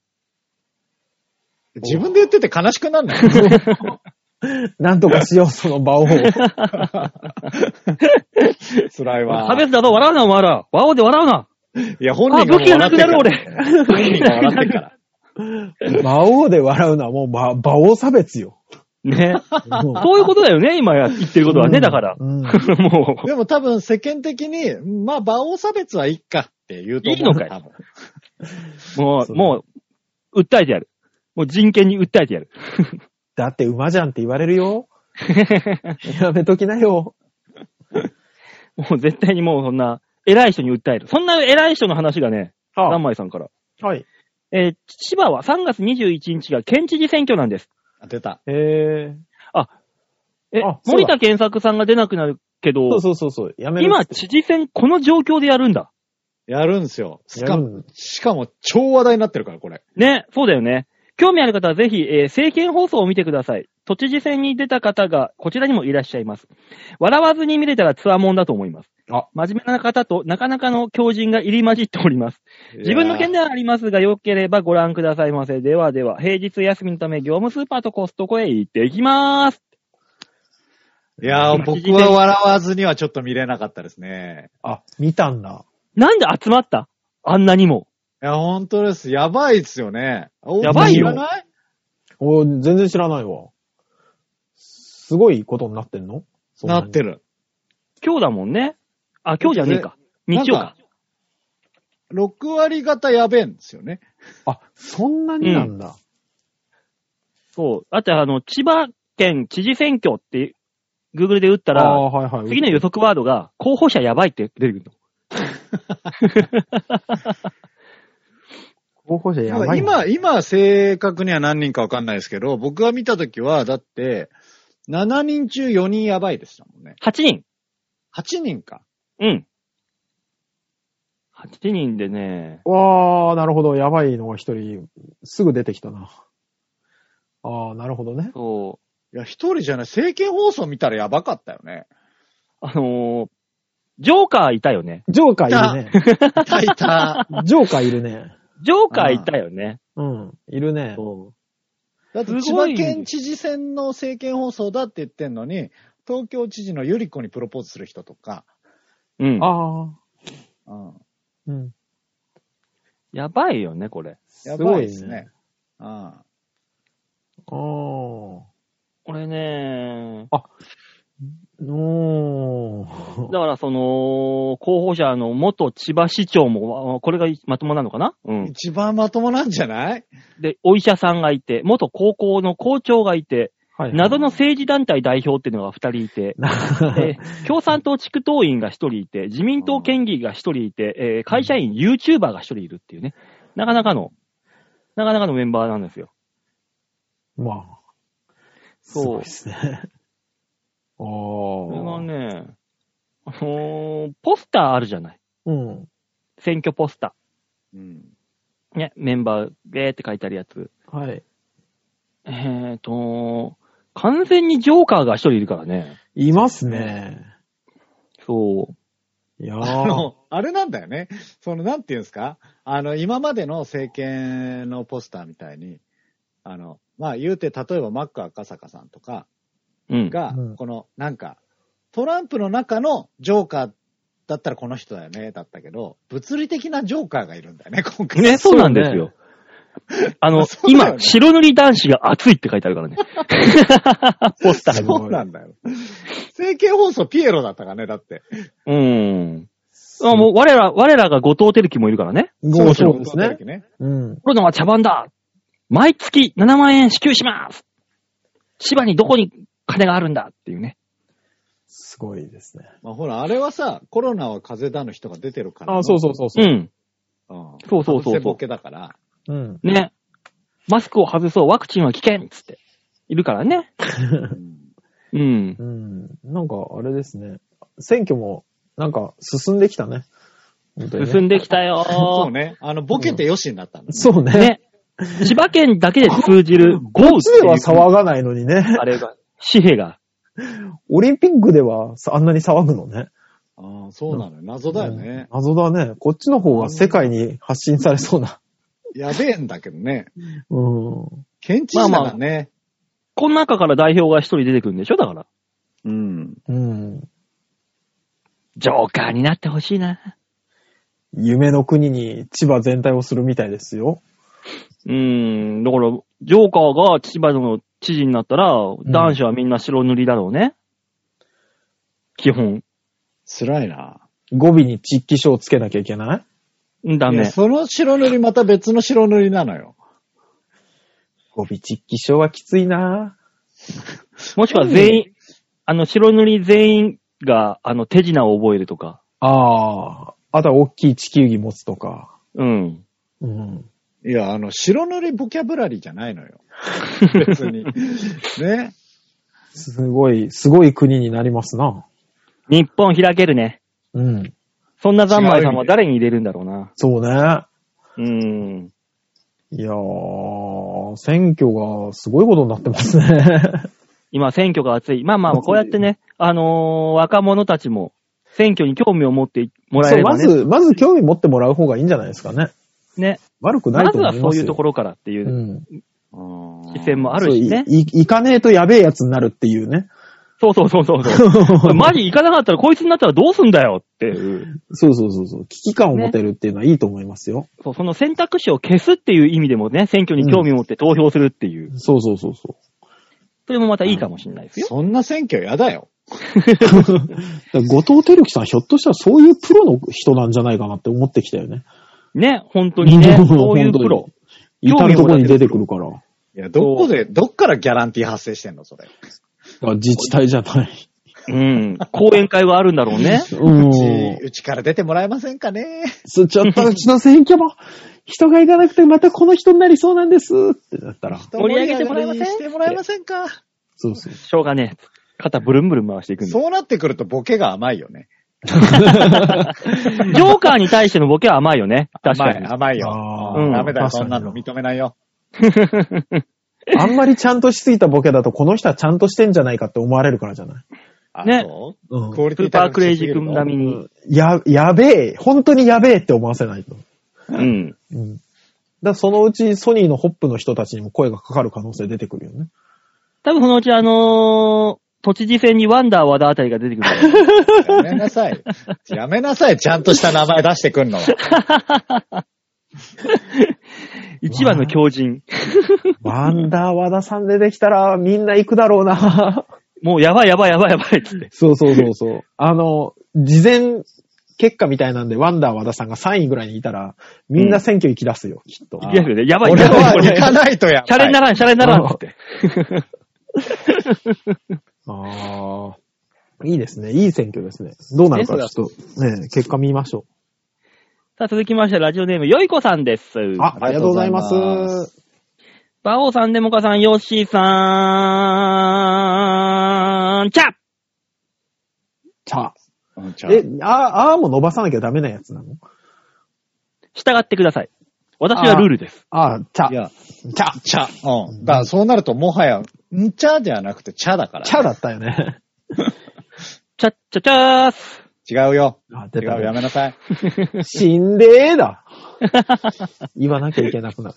Speaker 4: 自分で言ってて悲しくなんない
Speaker 3: なんとかしよう、その 場を。
Speaker 4: 辛いわ。
Speaker 2: 差別だと笑うな、お前ら。バオで笑うな。
Speaker 4: いや、本
Speaker 2: あ、
Speaker 4: 人が
Speaker 2: 武
Speaker 4: も
Speaker 2: 器
Speaker 4: う
Speaker 2: がな
Speaker 4: 笑っ
Speaker 2: くなる、
Speaker 4: てるから。
Speaker 2: 俺。
Speaker 4: 本人が笑ってるから。
Speaker 3: 馬王で笑うのはもう馬、馬王差別 よ。
Speaker 2: ね。
Speaker 3: もう
Speaker 2: そういうことだよね、今や言ってることはね、だから。
Speaker 3: うん。
Speaker 2: もう、
Speaker 4: でも多分世間的に、まあ、馬王差別はいいかって言うと思う。
Speaker 2: いいのかい
Speaker 4: 多分
Speaker 2: も、
Speaker 3: そうう
Speaker 2: もう、訴えてやる。もう人権に訴えてやる。
Speaker 3: だって馬じゃんって言われるよ。やめときなよ。
Speaker 2: もう絶対にもうそんな、偉い人に訴える。そんな偉い人の話がね、
Speaker 3: は
Speaker 2: 三枚さんから。
Speaker 3: はい。
Speaker 2: えー千葉は3月21日が県知事選挙なんです。
Speaker 4: あ出た。
Speaker 3: えー、
Speaker 2: え
Speaker 3: あ、そうだ
Speaker 2: 森田健作さんが出なくなるけど、
Speaker 3: そうそうそうそう、やめる。
Speaker 2: 今、知事選この状況でやるんだ。
Speaker 4: やるんすよ。し
Speaker 3: や
Speaker 4: か
Speaker 3: る
Speaker 4: も、
Speaker 3: ん
Speaker 4: しかも超話題になってるから、これ。
Speaker 2: ね、そうだよね。興味ある方はぜひ、えー政見放送を見てください。都知事選に出た方がこちらにもいらっしゃいます。笑わずに見れたらツアーもんだと思います。
Speaker 3: あ
Speaker 2: 真面目な方となかなかの強靭が入り混じっております。自分の件
Speaker 4: で。
Speaker 2: ではありますが、良ければご覧くださいませ。ではでは、平日休みのため、業務スーパーとコストコへ行ってきまーす。
Speaker 4: いやー、僕は笑わずにはちょっと見れなかったですね。
Speaker 3: あ、見たんだ。
Speaker 2: なんで集まったあんなにも。
Speaker 4: いや、本当です。やばいっすよね。
Speaker 2: やばいよ
Speaker 4: 知らない
Speaker 3: お全然知らないわ。すごいことになってんの
Speaker 4: なって
Speaker 3: る。
Speaker 4: る。
Speaker 2: 今日だもんね。あ、今日じゃねえか。日曜か。
Speaker 4: 6割方やべえんですよね。
Speaker 3: あ、そんなになんだ。
Speaker 2: そう。だって、あの、千葉県知事選挙って、Google で打った
Speaker 3: あ
Speaker 2: ら、
Speaker 3: あー、はいはい。
Speaker 2: 次の予測ワードが、候補者やばいって出てくるの。
Speaker 3: 候補者やばいな。
Speaker 4: 今、今、正確には何人かわかんないですけど、僕が見たときは、だって、7人中4人やばいでしたもんね。
Speaker 2: 8人。
Speaker 4: 8人か。
Speaker 2: うん。8人でね、
Speaker 3: わー、なるほど。やばいのが一人、すぐ出てきたな。あー、なるほどね。
Speaker 2: そう。
Speaker 4: いや、一人じゃない。政見放送見たらやばかったよね。
Speaker 2: あのー、ジョーカーいたよね。
Speaker 3: ジョーカーいるね。
Speaker 4: いたいた。
Speaker 3: ジョーカーいるね。
Speaker 2: ジョーカーいたよね。
Speaker 3: うん、いるね。
Speaker 2: そ
Speaker 4: だって
Speaker 2: す
Speaker 4: 千
Speaker 2: ご
Speaker 4: 葉
Speaker 2: い
Speaker 4: 県知事選の政見放送だって言ってんのに、東京知事のゆり子にプロポーズする人とか。
Speaker 2: う。うん。
Speaker 3: あー、
Speaker 4: うん。
Speaker 3: うん。
Speaker 2: やばいよね、これ。
Speaker 4: や
Speaker 3: す
Speaker 4: ば
Speaker 3: ご
Speaker 4: いで
Speaker 3: い
Speaker 4: すね
Speaker 3: ね。。
Speaker 4: うん。
Speaker 3: あー。
Speaker 2: 俺ね、
Speaker 3: お
Speaker 2: だからその、候補者の元千葉市長も、あこれがまともなのかなうん。
Speaker 4: 一番まともなんじゃない
Speaker 2: で、お医者さんがいて、元高校の校長がいて、
Speaker 3: ー。
Speaker 2: 謎 の政治団体代表っていうのが二人いて、
Speaker 3: な
Speaker 2: で共産党地区党員が一人いて、自民党県議が一人いて、えー会社員、YouTuber が一人いるっていうね、なかなかの、なかなかのメンバーなんですよ。
Speaker 3: まあ。
Speaker 2: そう
Speaker 3: すごいですね。あ
Speaker 2: これが
Speaker 3: ー。
Speaker 2: ね、あのーポスターあるじゃない。
Speaker 3: うん。
Speaker 2: 選挙ポスタ
Speaker 4: うん。
Speaker 2: ね、メンバーでって書いてあるやつ。
Speaker 3: はい。
Speaker 2: えーと、完全にジョーカーが一人いるからね。
Speaker 3: いますね。
Speaker 2: そう。
Speaker 3: いや
Speaker 4: あ
Speaker 3: ー。
Speaker 4: の、あれなんだよね。その、なんていうんですかあの、今までの政権のポスターみたいに、あの、まあ言うて、例えばマック赤坂さんとか
Speaker 2: うん。
Speaker 4: が、
Speaker 3: うん
Speaker 4: この、なんか、トランプの中のジョーカーだったらこの人だよね、だったけど、物理的なジョーカーがいるんだよね、今回。
Speaker 2: ね、そうなんですよ。 あの、
Speaker 4: そうだよね
Speaker 2: 今、白塗り男子が熱いって書いてある からね。ポスターに。
Speaker 4: そうなんだよ。政権放送ピエロだったかね、だって。
Speaker 2: うん。あもう、我ら、我らが後藤輝樹もいるからね。
Speaker 3: そうそうです
Speaker 4: そう
Speaker 3: ね。
Speaker 4: そうね。
Speaker 3: うん。
Speaker 2: コロナは茶番だ毎月7万円支給します芝にどこに金があるんだっていうね。
Speaker 3: すごいですね。
Speaker 4: まあほら、あれはさ、コロナは風邪だの人が出てるから。
Speaker 3: あ、そうそうそう
Speaker 2: う
Speaker 3: そ
Speaker 2: ん。
Speaker 4: う。うん。
Speaker 2: そうそうそうそう
Speaker 4: 背ボケだから。
Speaker 3: う。うん。
Speaker 2: ね。マスクを外そう、ワクチンは危険っつって。いるからね。
Speaker 4: うん
Speaker 2: うん。
Speaker 3: うん。なんか、あれですね。選挙も、なんか、進んできたね。本当にね
Speaker 2: 進んできた よ
Speaker 4: そ
Speaker 2: ー。
Speaker 4: うね。あの、ボケてよしになったんだ、
Speaker 3: そう ね。
Speaker 2: ね。千葉県だけで通じる豪雨
Speaker 3: こっちでは騒がないのにね。
Speaker 2: あれが、紙幣が。
Speaker 3: オリンピックではさあんなに騒ぐのね。
Speaker 4: ああ、そうなのよ。謎だよね。
Speaker 3: うん謎だね。こっちの方が世界に発信されそうな。
Speaker 4: やべえんだけどね。
Speaker 3: うん。
Speaker 4: 県知事だからね。
Speaker 2: この中から代表が一人出てくるんでしょだから。
Speaker 4: うん。
Speaker 3: うん。
Speaker 2: ジョーカーになってほしいな。
Speaker 3: 夢の国に千葉全体をするみたいですよ。
Speaker 2: うーん。だから、ジョーカーが千葉の知事になったら、男子はみんな白塗りだろうね。基本。
Speaker 4: 辛いな。
Speaker 3: 語尾にチッキ書をつけなきゃいけない
Speaker 2: うんダ
Speaker 4: いや
Speaker 2: メ。
Speaker 4: その白塗りまた別の白塗りなのよ。
Speaker 3: 語尾チッキ書はきついな
Speaker 2: もしくは全員、あの、白塗り全員が、あの、手品を覚えるとか。
Speaker 3: ああ。あとは大きい地球儀持つとか。
Speaker 2: うん。
Speaker 3: うん。
Speaker 4: いや、あの、白塗りボキャブラリーじゃないのよ。別 に。ね。
Speaker 3: すごい、すごい国になりますな。
Speaker 2: 日本開けるね。
Speaker 3: うん。
Speaker 2: そんな三昧さんは誰に入れるんだろうな。
Speaker 3: そうね。
Speaker 2: うーん。
Speaker 3: いやー、選挙がすごいことになってま すね。
Speaker 2: 今、選挙が熱い。まあまあ、こうやってね、あのー若者たちも、選挙に興味を持ってもらえ
Speaker 3: そう、
Speaker 2: れば
Speaker 3: ま
Speaker 2: ね。
Speaker 3: ず、まず興味持ってもらう方がいいんじゃないですかね。
Speaker 2: ね。
Speaker 3: 悪くない
Speaker 2: まず
Speaker 3: と思
Speaker 2: はい
Speaker 3: ますよ。。
Speaker 2: そういうところからっていううん視線もあ
Speaker 3: あ
Speaker 2: るしね。
Speaker 3: い、い行かねえとやべえやつになるってい うね。
Speaker 2: そうそうそうそう そう。マジ行かなかったら、こいつになったらどうすんだよっていう。
Speaker 3: そうそうそうそう。危機感を持てるっていうのはいいと思いますよ。
Speaker 2: そう、その選択肢を消すっていう意味でもね、選挙に興味を持って投票するっていう。
Speaker 3: そうそうそうそ
Speaker 2: それもまたいいかもしれないですよ。
Speaker 4: そんな選挙やだよ。
Speaker 3: う。後藤輝樹さんひょっとしたらそういうプロの人なんじゃないかなって思ってきたよね。
Speaker 2: ね、本当に ね。そういうプロ。
Speaker 3: 至るところに出てくるから。
Speaker 4: いや、どこで、どっからギャランティー発生してんの、それ。
Speaker 3: だから自治体じゃない。
Speaker 2: うん。講演会はあるんだろうね。
Speaker 3: うん
Speaker 4: うち、うちから出てもらえませんかね。
Speaker 3: そう、ちょっとうちの選挙も人が行かなくてまたこの人になりそうなんですってなったら。
Speaker 2: 盛り上げてもらえません
Speaker 4: してもらえませんか。
Speaker 3: そうそう。
Speaker 2: しょうがねえ。肩ブルンブルン回していくんだ。
Speaker 4: そうなってくるとボケが甘いよね。
Speaker 2: ジョーカーに対してのボケは甘いよね。確かに。
Speaker 4: 甘い、甘い
Speaker 3: あ
Speaker 4: よ。
Speaker 2: ー
Speaker 4: うんダメだよ、
Speaker 3: 確か
Speaker 4: そ
Speaker 3: に
Speaker 4: んなの認めないよ。
Speaker 3: あんまりちゃんとしすぎたボケだと、この人はちゃんとしてんじゃないかって思われるからじゃない。
Speaker 4: あ
Speaker 2: ね
Speaker 4: そう
Speaker 3: うん
Speaker 4: クオリ
Speaker 2: ス
Speaker 4: ティ
Speaker 2: ーパークレイジー君並みに。
Speaker 3: や、やべえ。本当にやべえって思わせないと。
Speaker 2: うん。
Speaker 3: うん。だからそのうちソニーのホップの人たちにも声がかかる可能性出てくるよ ね。
Speaker 2: 多分そのうちあのー都知事選にワンダー和田あたりが出てくる。
Speaker 4: やめなさい。やめなさい、ちゃんとした名前出してくんのは。
Speaker 2: 一番の強人。
Speaker 3: ワンダー和田さん出てきたらみんな行くだろうな。
Speaker 2: もうやばいやばいやばいやばいっつって。
Speaker 3: そうそうそうそう。あの、事前結果みたいなんでワンダー和田さんが3位ぐらいにいたら、みんな選挙行き出すよ、きっと。
Speaker 2: いやね、やばい
Speaker 4: 俺
Speaker 2: やば。
Speaker 4: はい行か
Speaker 2: シ
Speaker 4: ないとやば
Speaker 2: ャ
Speaker 4: い。
Speaker 2: レにならん、シャレにならんっつって。
Speaker 3: ああ。いいですね。いい選挙ですね。どうなるかちょっと、ね、結果見ましょ
Speaker 2: さあ続きまして、ラジオネーム、よいこさんです。
Speaker 3: う。あ、ありがとうございます。
Speaker 4: ありがとうございま
Speaker 2: バオさん、デモカさん、ヨッシーさん、チャッ
Speaker 3: ちゃ。
Speaker 4: うんちゃう
Speaker 3: え、あ、あーも伸ばさなきゃダメなやつなの
Speaker 2: 従ってください。私はルールです。
Speaker 3: ああ、ちゃ
Speaker 4: い、や、
Speaker 3: ちゃ、
Speaker 4: 茶。うん。だからそうなるともはや、んちゃじゃなくて茶だから。
Speaker 3: ちゃだったよね。
Speaker 2: ちゃっちゃちゃーす。
Speaker 4: 違うよ。
Speaker 3: あ、
Speaker 4: 違
Speaker 3: 出
Speaker 4: う
Speaker 3: た
Speaker 4: よ。や
Speaker 3: ね。
Speaker 4: めなさい。
Speaker 3: 死んでーだ。 言わなきゃいけなくなる。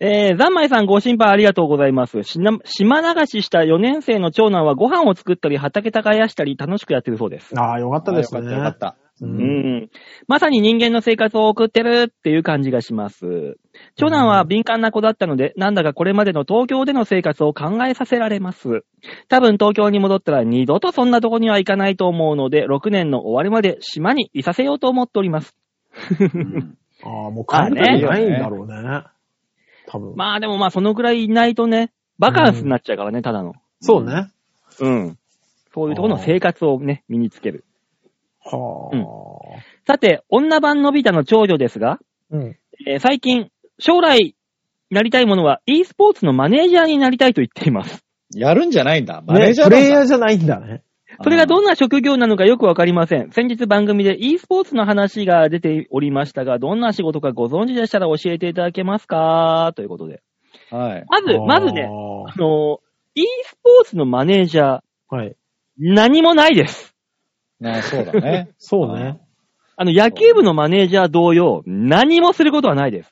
Speaker 2: えー、ざんまいさんご心配ありがとうございます。しな島流しした4年生の長男はご飯を作ったり畑耕したり楽しくやってるそうです。
Speaker 3: ああ、よかったですね。
Speaker 4: あよかったよかっ
Speaker 3: う。
Speaker 2: うんん。まさに人間の生活を送ってるっていう感じがします。長男は敏感な子だったので、なんだかこれまでの東京での生活を考えさせられます。多分東京に戻ったら二度とそんなとこには行かないと思うので、6年の終わりまで島にいさせようと思っております。
Speaker 4: た。うん
Speaker 3: ああ、もう帰りたくないんだろうね。多分。
Speaker 2: まあでもまあそのくらいいないとね、バカンスになっちゃうからね、ただの。
Speaker 3: そうね。
Speaker 2: うん。そういうところの生活をね、身につける。
Speaker 3: は
Speaker 2: さて、女版のび太の長女ですが、
Speaker 3: あ。うん。
Speaker 2: えー最近、将来、なりたいものは e スポーツのマネージャーになりたいと言っています。
Speaker 4: やるんじゃないんだ。マネー
Speaker 3: ね
Speaker 4: ジャー
Speaker 3: プ
Speaker 4: なんだ
Speaker 3: レイヤーじゃないんだね。
Speaker 2: それがど
Speaker 4: うん
Speaker 2: な職業なのかよくわかりません。先日番組で e スポーツの話が出ておりましたが、どんな仕事かご存知でしたら教えていただけますかということで。
Speaker 4: んはい。
Speaker 2: まず、まずね、
Speaker 3: あ
Speaker 2: あのー、e スポーツのマネージャー、
Speaker 3: ー。はい。
Speaker 2: 何もないです。
Speaker 4: ねそうだね。
Speaker 3: そうね。
Speaker 2: あの、野球部のマネージャー同様、何もすることはないです。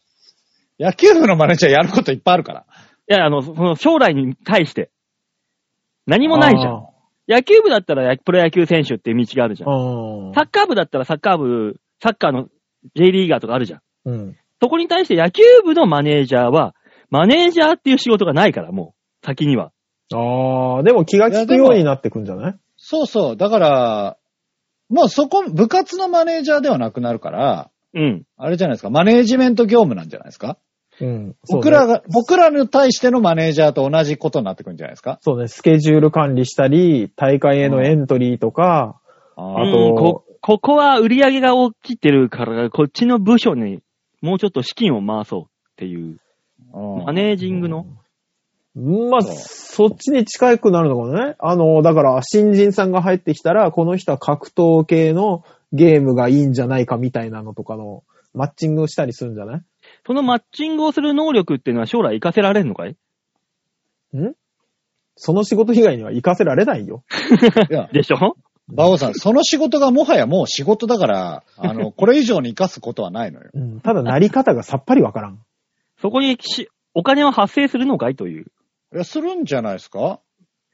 Speaker 4: 野球部のマネージャーやることいっぱいあるから。
Speaker 2: いや、あの、その将来に対して。何もないじゃん。
Speaker 3: あ
Speaker 2: 野球部だったらやプロ野球選手っていう道があるじゃ
Speaker 3: ー。
Speaker 2: ん。
Speaker 3: あ
Speaker 2: サッカー部だったらサッカー部、サッカーの J リーガーとかあるじゃん。
Speaker 3: ーうん。
Speaker 2: そこに対して野球部のマネージャーは、マネージャーっていう仕事がないから、もう、先には。
Speaker 3: ああ、でも気が利くようになってくんじゃない
Speaker 4: そうそう。だから、もうそこ、部活のマネージャーではなくなるから、
Speaker 2: うん。
Speaker 4: あれじゃないですか、マネージメント業務なんじゃないですか、
Speaker 3: うん。そうね
Speaker 4: 僕らが、僕らに対してのマネージャーと同じことになってくるんじゃないですか
Speaker 3: そうね、スケジュール管理したり、大会へのエントリーとか、
Speaker 4: あ
Speaker 3: あ
Speaker 4: ー
Speaker 2: うん
Speaker 3: と
Speaker 2: こ、ここは売り上げが起きてるから、こっちの部署にもうちょっと資金を回そうっていう、
Speaker 4: うん
Speaker 2: マネージングの。
Speaker 3: まあ、そっちに近くなるのかもね。あの、だから、新人さんが入ってきたら、この人は格闘系のゲームがいいんじゃないかみたいなのとかの、マッチングをしたりするんじゃない
Speaker 2: そのマッチングをする能力っていうのは将来活かせられるのかい
Speaker 3: その仕事以外には活かせられないよ。
Speaker 4: いや、
Speaker 2: でしょ
Speaker 4: 馬王さん、その仕事がもはやもう仕事だから、あの、これ以上に活かすことはないのよ。
Speaker 3: うん、ただ、なり方がさっぱりわからん。
Speaker 2: そこにしお金は発生するのかいという。
Speaker 4: いや、するんじゃないですか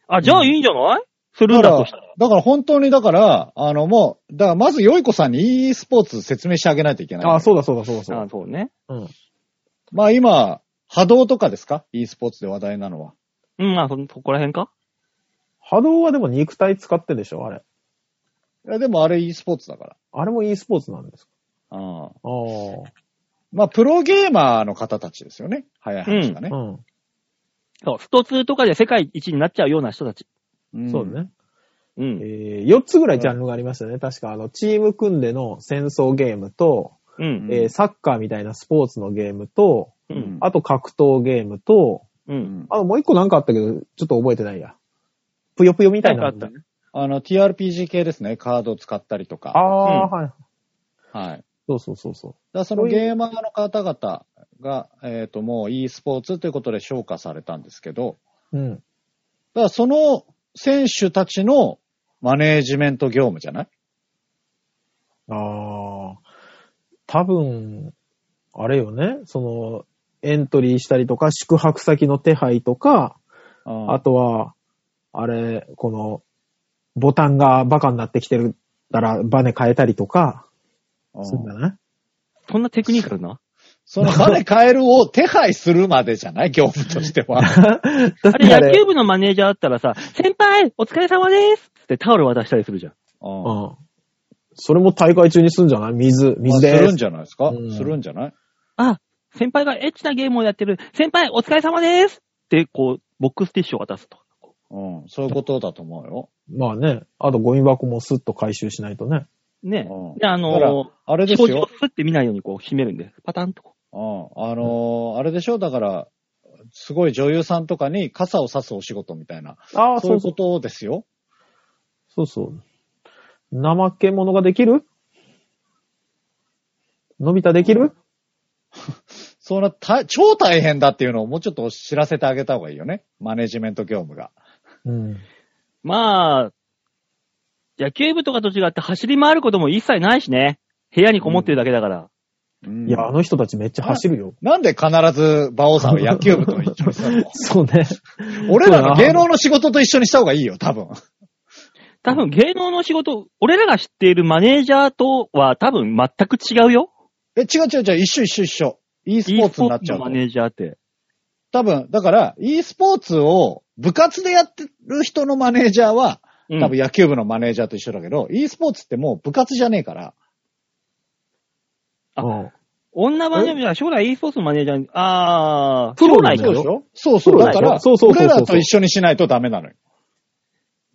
Speaker 2: あ、じゃあいいんじゃない、するん
Speaker 4: だ
Speaker 2: だ
Speaker 4: から
Speaker 2: としたら。、
Speaker 4: だから本当にだから、あのもう、だからまずよい子さんに e スポーツ説明してあげないといけない。
Speaker 3: ああ、そうだそうだそうだそう
Speaker 2: あそうね。
Speaker 3: だ。うん。
Speaker 4: まあ今、波動とかですか ?e スポーツで話題なのは。
Speaker 2: うん、まあ、そそこら辺か
Speaker 3: 波動はでも肉体使ってんでしょあれ。
Speaker 4: いや、でもあれ e スポーツだから。
Speaker 3: あれも e スポーツなんですか
Speaker 4: うん。
Speaker 3: ああ。
Speaker 4: まあ、プロゲーマーの方たちですよね。早い話がね。
Speaker 3: うん。
Speaker 2: そう、スト2とかで世界一になっちゃうような人たち。
Speaker 4: ん
Speaker 3: そうだね。
Speaker 2: うん。
Speaker 3: えー、4つぐらいジャンルがありましたね。確か、あの、チーム組んでの戦争ゲームと、
Speaker 2: うん。
Speaker 3: えーサッカーみたいなスポーツのゲームと、
Speaker 2: うん。
Speaker 3: あと格闘ゲームと、
Speaker 2: う。
Speaker 4: うんん。
Speaker 3: あともう一個なんかあったけど、ちょっと覚えてないや。ぷよぷよみたいな。
Speaker 2: なんかあっ
Speaker 4: あの、TRPG 系ですね。カードを使ったりとか。
Speaker 3: あー、はい。
Speaker 4: はい。だ
Speaker 3: そう
Speaker 4: か
Speaker 3: そうそうそう。
Speaker 4: らそのゲーマーの方々が、えっ、と、もう e スポーツということで昇華されたんですけど、
Speaker 3: うん。
Speaker 4: だからその選手たちのマネージメント業務じゃない
Speaker 3: ああ、多分、あれよね、その、エントリーしたりとか、宿泊先の手配とか、あ
Speaker 4: あ
Speaker 3: とは、あれ、この、ボタンがバカになってきてるから、バネ変えたりとか、
Speaker 4: うん
Speaker 3: するんじゃない
Speaker 2: そんなテクニカル な
Speaker 4: そのバネカエルを手配するまでじゃない業務として は。
Speaker 3: だっ
Speaker 2: あれ、
Speaker 3: てあ
Speaker 2: 野
Speaker 3: れ
Speaker 2: 球、部のマネージャーだったらさ、先輩お疲れ様ですつってタオル渡したりするじゃん。
Speaker 4: うん
Speaker 3: うん。それも大会中にするんじゃない水、水
Speaker 4: まあす
Speaker 3: で
Speaker 4: るん
Speaker 3: す。
Speaker 4: じゃないですか、
Speaker 3: うん
Speaker 4: するんじゃない
Speaker 2: あ、先輩がエッチなゲームをやってる。先輩お疲れ様ですって、こう、ボックスティッシュを渡すと。
Speaker 4: うん。そういうことだと思うよ。
Speaker 3: まあね。あとゴミ箱もスッと回収しないとね。
Speaker 2: ね。
Speaker 4: うん
Speaker 2: で、あ
Speaker 4: だから
Speaker 2: のー、
Speaker 4: あれです
Speaker 2: 表示を
Speaker 4: よ。
Speaker 2: スって見ないようにこう閉めるんで、パタンとこ
Speaker 4: うん。あのーあれでしょだから、すごい女優さんとかに傘を差すお仕事みたいな。
Speaker 3: ああ、そ
Speaker 4: そういうう
Speaker 3: そ
Speaker 4: こ
Speaker 3: う。
Speaker 4: とですよ。
Speaker 3: そうそう。怠け者ができるのび太できる
Speaker 4: そんなた、超大変だっていうのをもうちょっと知らせてあげた方がいいよね。マネジメント業務が。
Speaker 3: うん。
Speaker 2: まあ、野球部とかと違って走り回ることも一切ないしね。部屋にこもってるだけだから。
Speaker 4: うん
Speaker 3: いや、あの人たちめっちゃ走るよ。
Speaker 4: なんで必ず、馬王さんは野球部と一緒に するの
Speaker 3: そうね。
Speaker 4: 俺らの芸能の仕事と一緒にした方がいいよ、多分。
Speaker 2: 多分芸能の仕事、俺らが知っているマネージャーとは多分全く違うよ。
Speaker 4: え、違う違う違う、一緒一緒一緒。e スポーツになっちゃ
Speaker 2: e スポーツの
Speaker 4: うと
Speaker 2: マ。ネージャーって。
Speaker 4: 多分、だから、e スポーツを部活でやってる人のマネージャーは、
Speaker 2: うん
Speaker 4: 多分野球部のマネージャーと一緒だけど、e スポーツってもう部活じゃねえから、
Speaker 2: あ
Speaker 3: うん
Speaker 2: 女マネージャー、将来 e スポーツのマネージャーに、あー、
Speaker 3: プロ
Speaker 2: 将
Speaker 3: なん
Speaker 2: 来
Speaker 3: だよ
Speaker 2: 教師
Speaker 4: そうそ
Speaker 3: そ
Speaker 4: う、
Speaker 3: う
Speaker 4: だ
Speaker 3: だよ
Speaker 4: から、
Speaker 3: そうそうそうそう
Speaker 4: 俺らと一緒にしないとダメなのよ。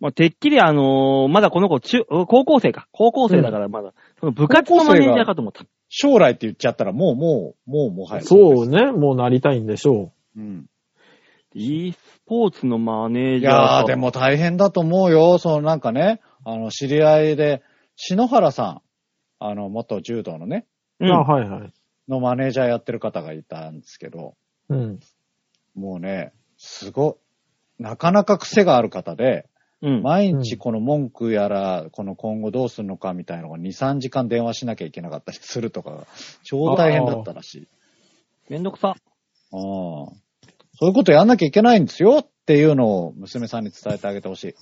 Speaker 2: まあ、てっきりあのーまだこの子中、高校生か。高校生だからまだ、その部活のマネージャーかと思った。
Speaker 4: 将来って言っちゃったら、もうもう、もうもはや。
Speaker 3: そうね。もうなりたいんでしょ
Speaker 4: うん。
Speaker 2: e スポーツのマネー
Speaker 4: い
Speaker 2: ジャーか。
Speaker 4: やー、でも大変だと思うよ。そのなんかね、あの、知り合いで、篠原さん、あの、元柔道のね、
Speaker 2: う
Speaker 3: う。
Speaker 2: ん、
Speaker 3: あはいはい。
Speaker 4: のマネージャーやってる方がいたんですけど、
Speaker 3: うん。
Speaker 4: もうね、すごい、なかなか癖がある方で、
Speaker 2: うん。
Speaker 4: 毎日この文句やら、この今後どうするのかみたいなのが2、3時間電話しなきゃいけなかったりするとかが、超大変だったらしい。
Speaker 2: めんどくさ。
Speaker 4: ああそういうことやんなきゃいけないんですよっていうのを娘さんに伝えてあげてほしい。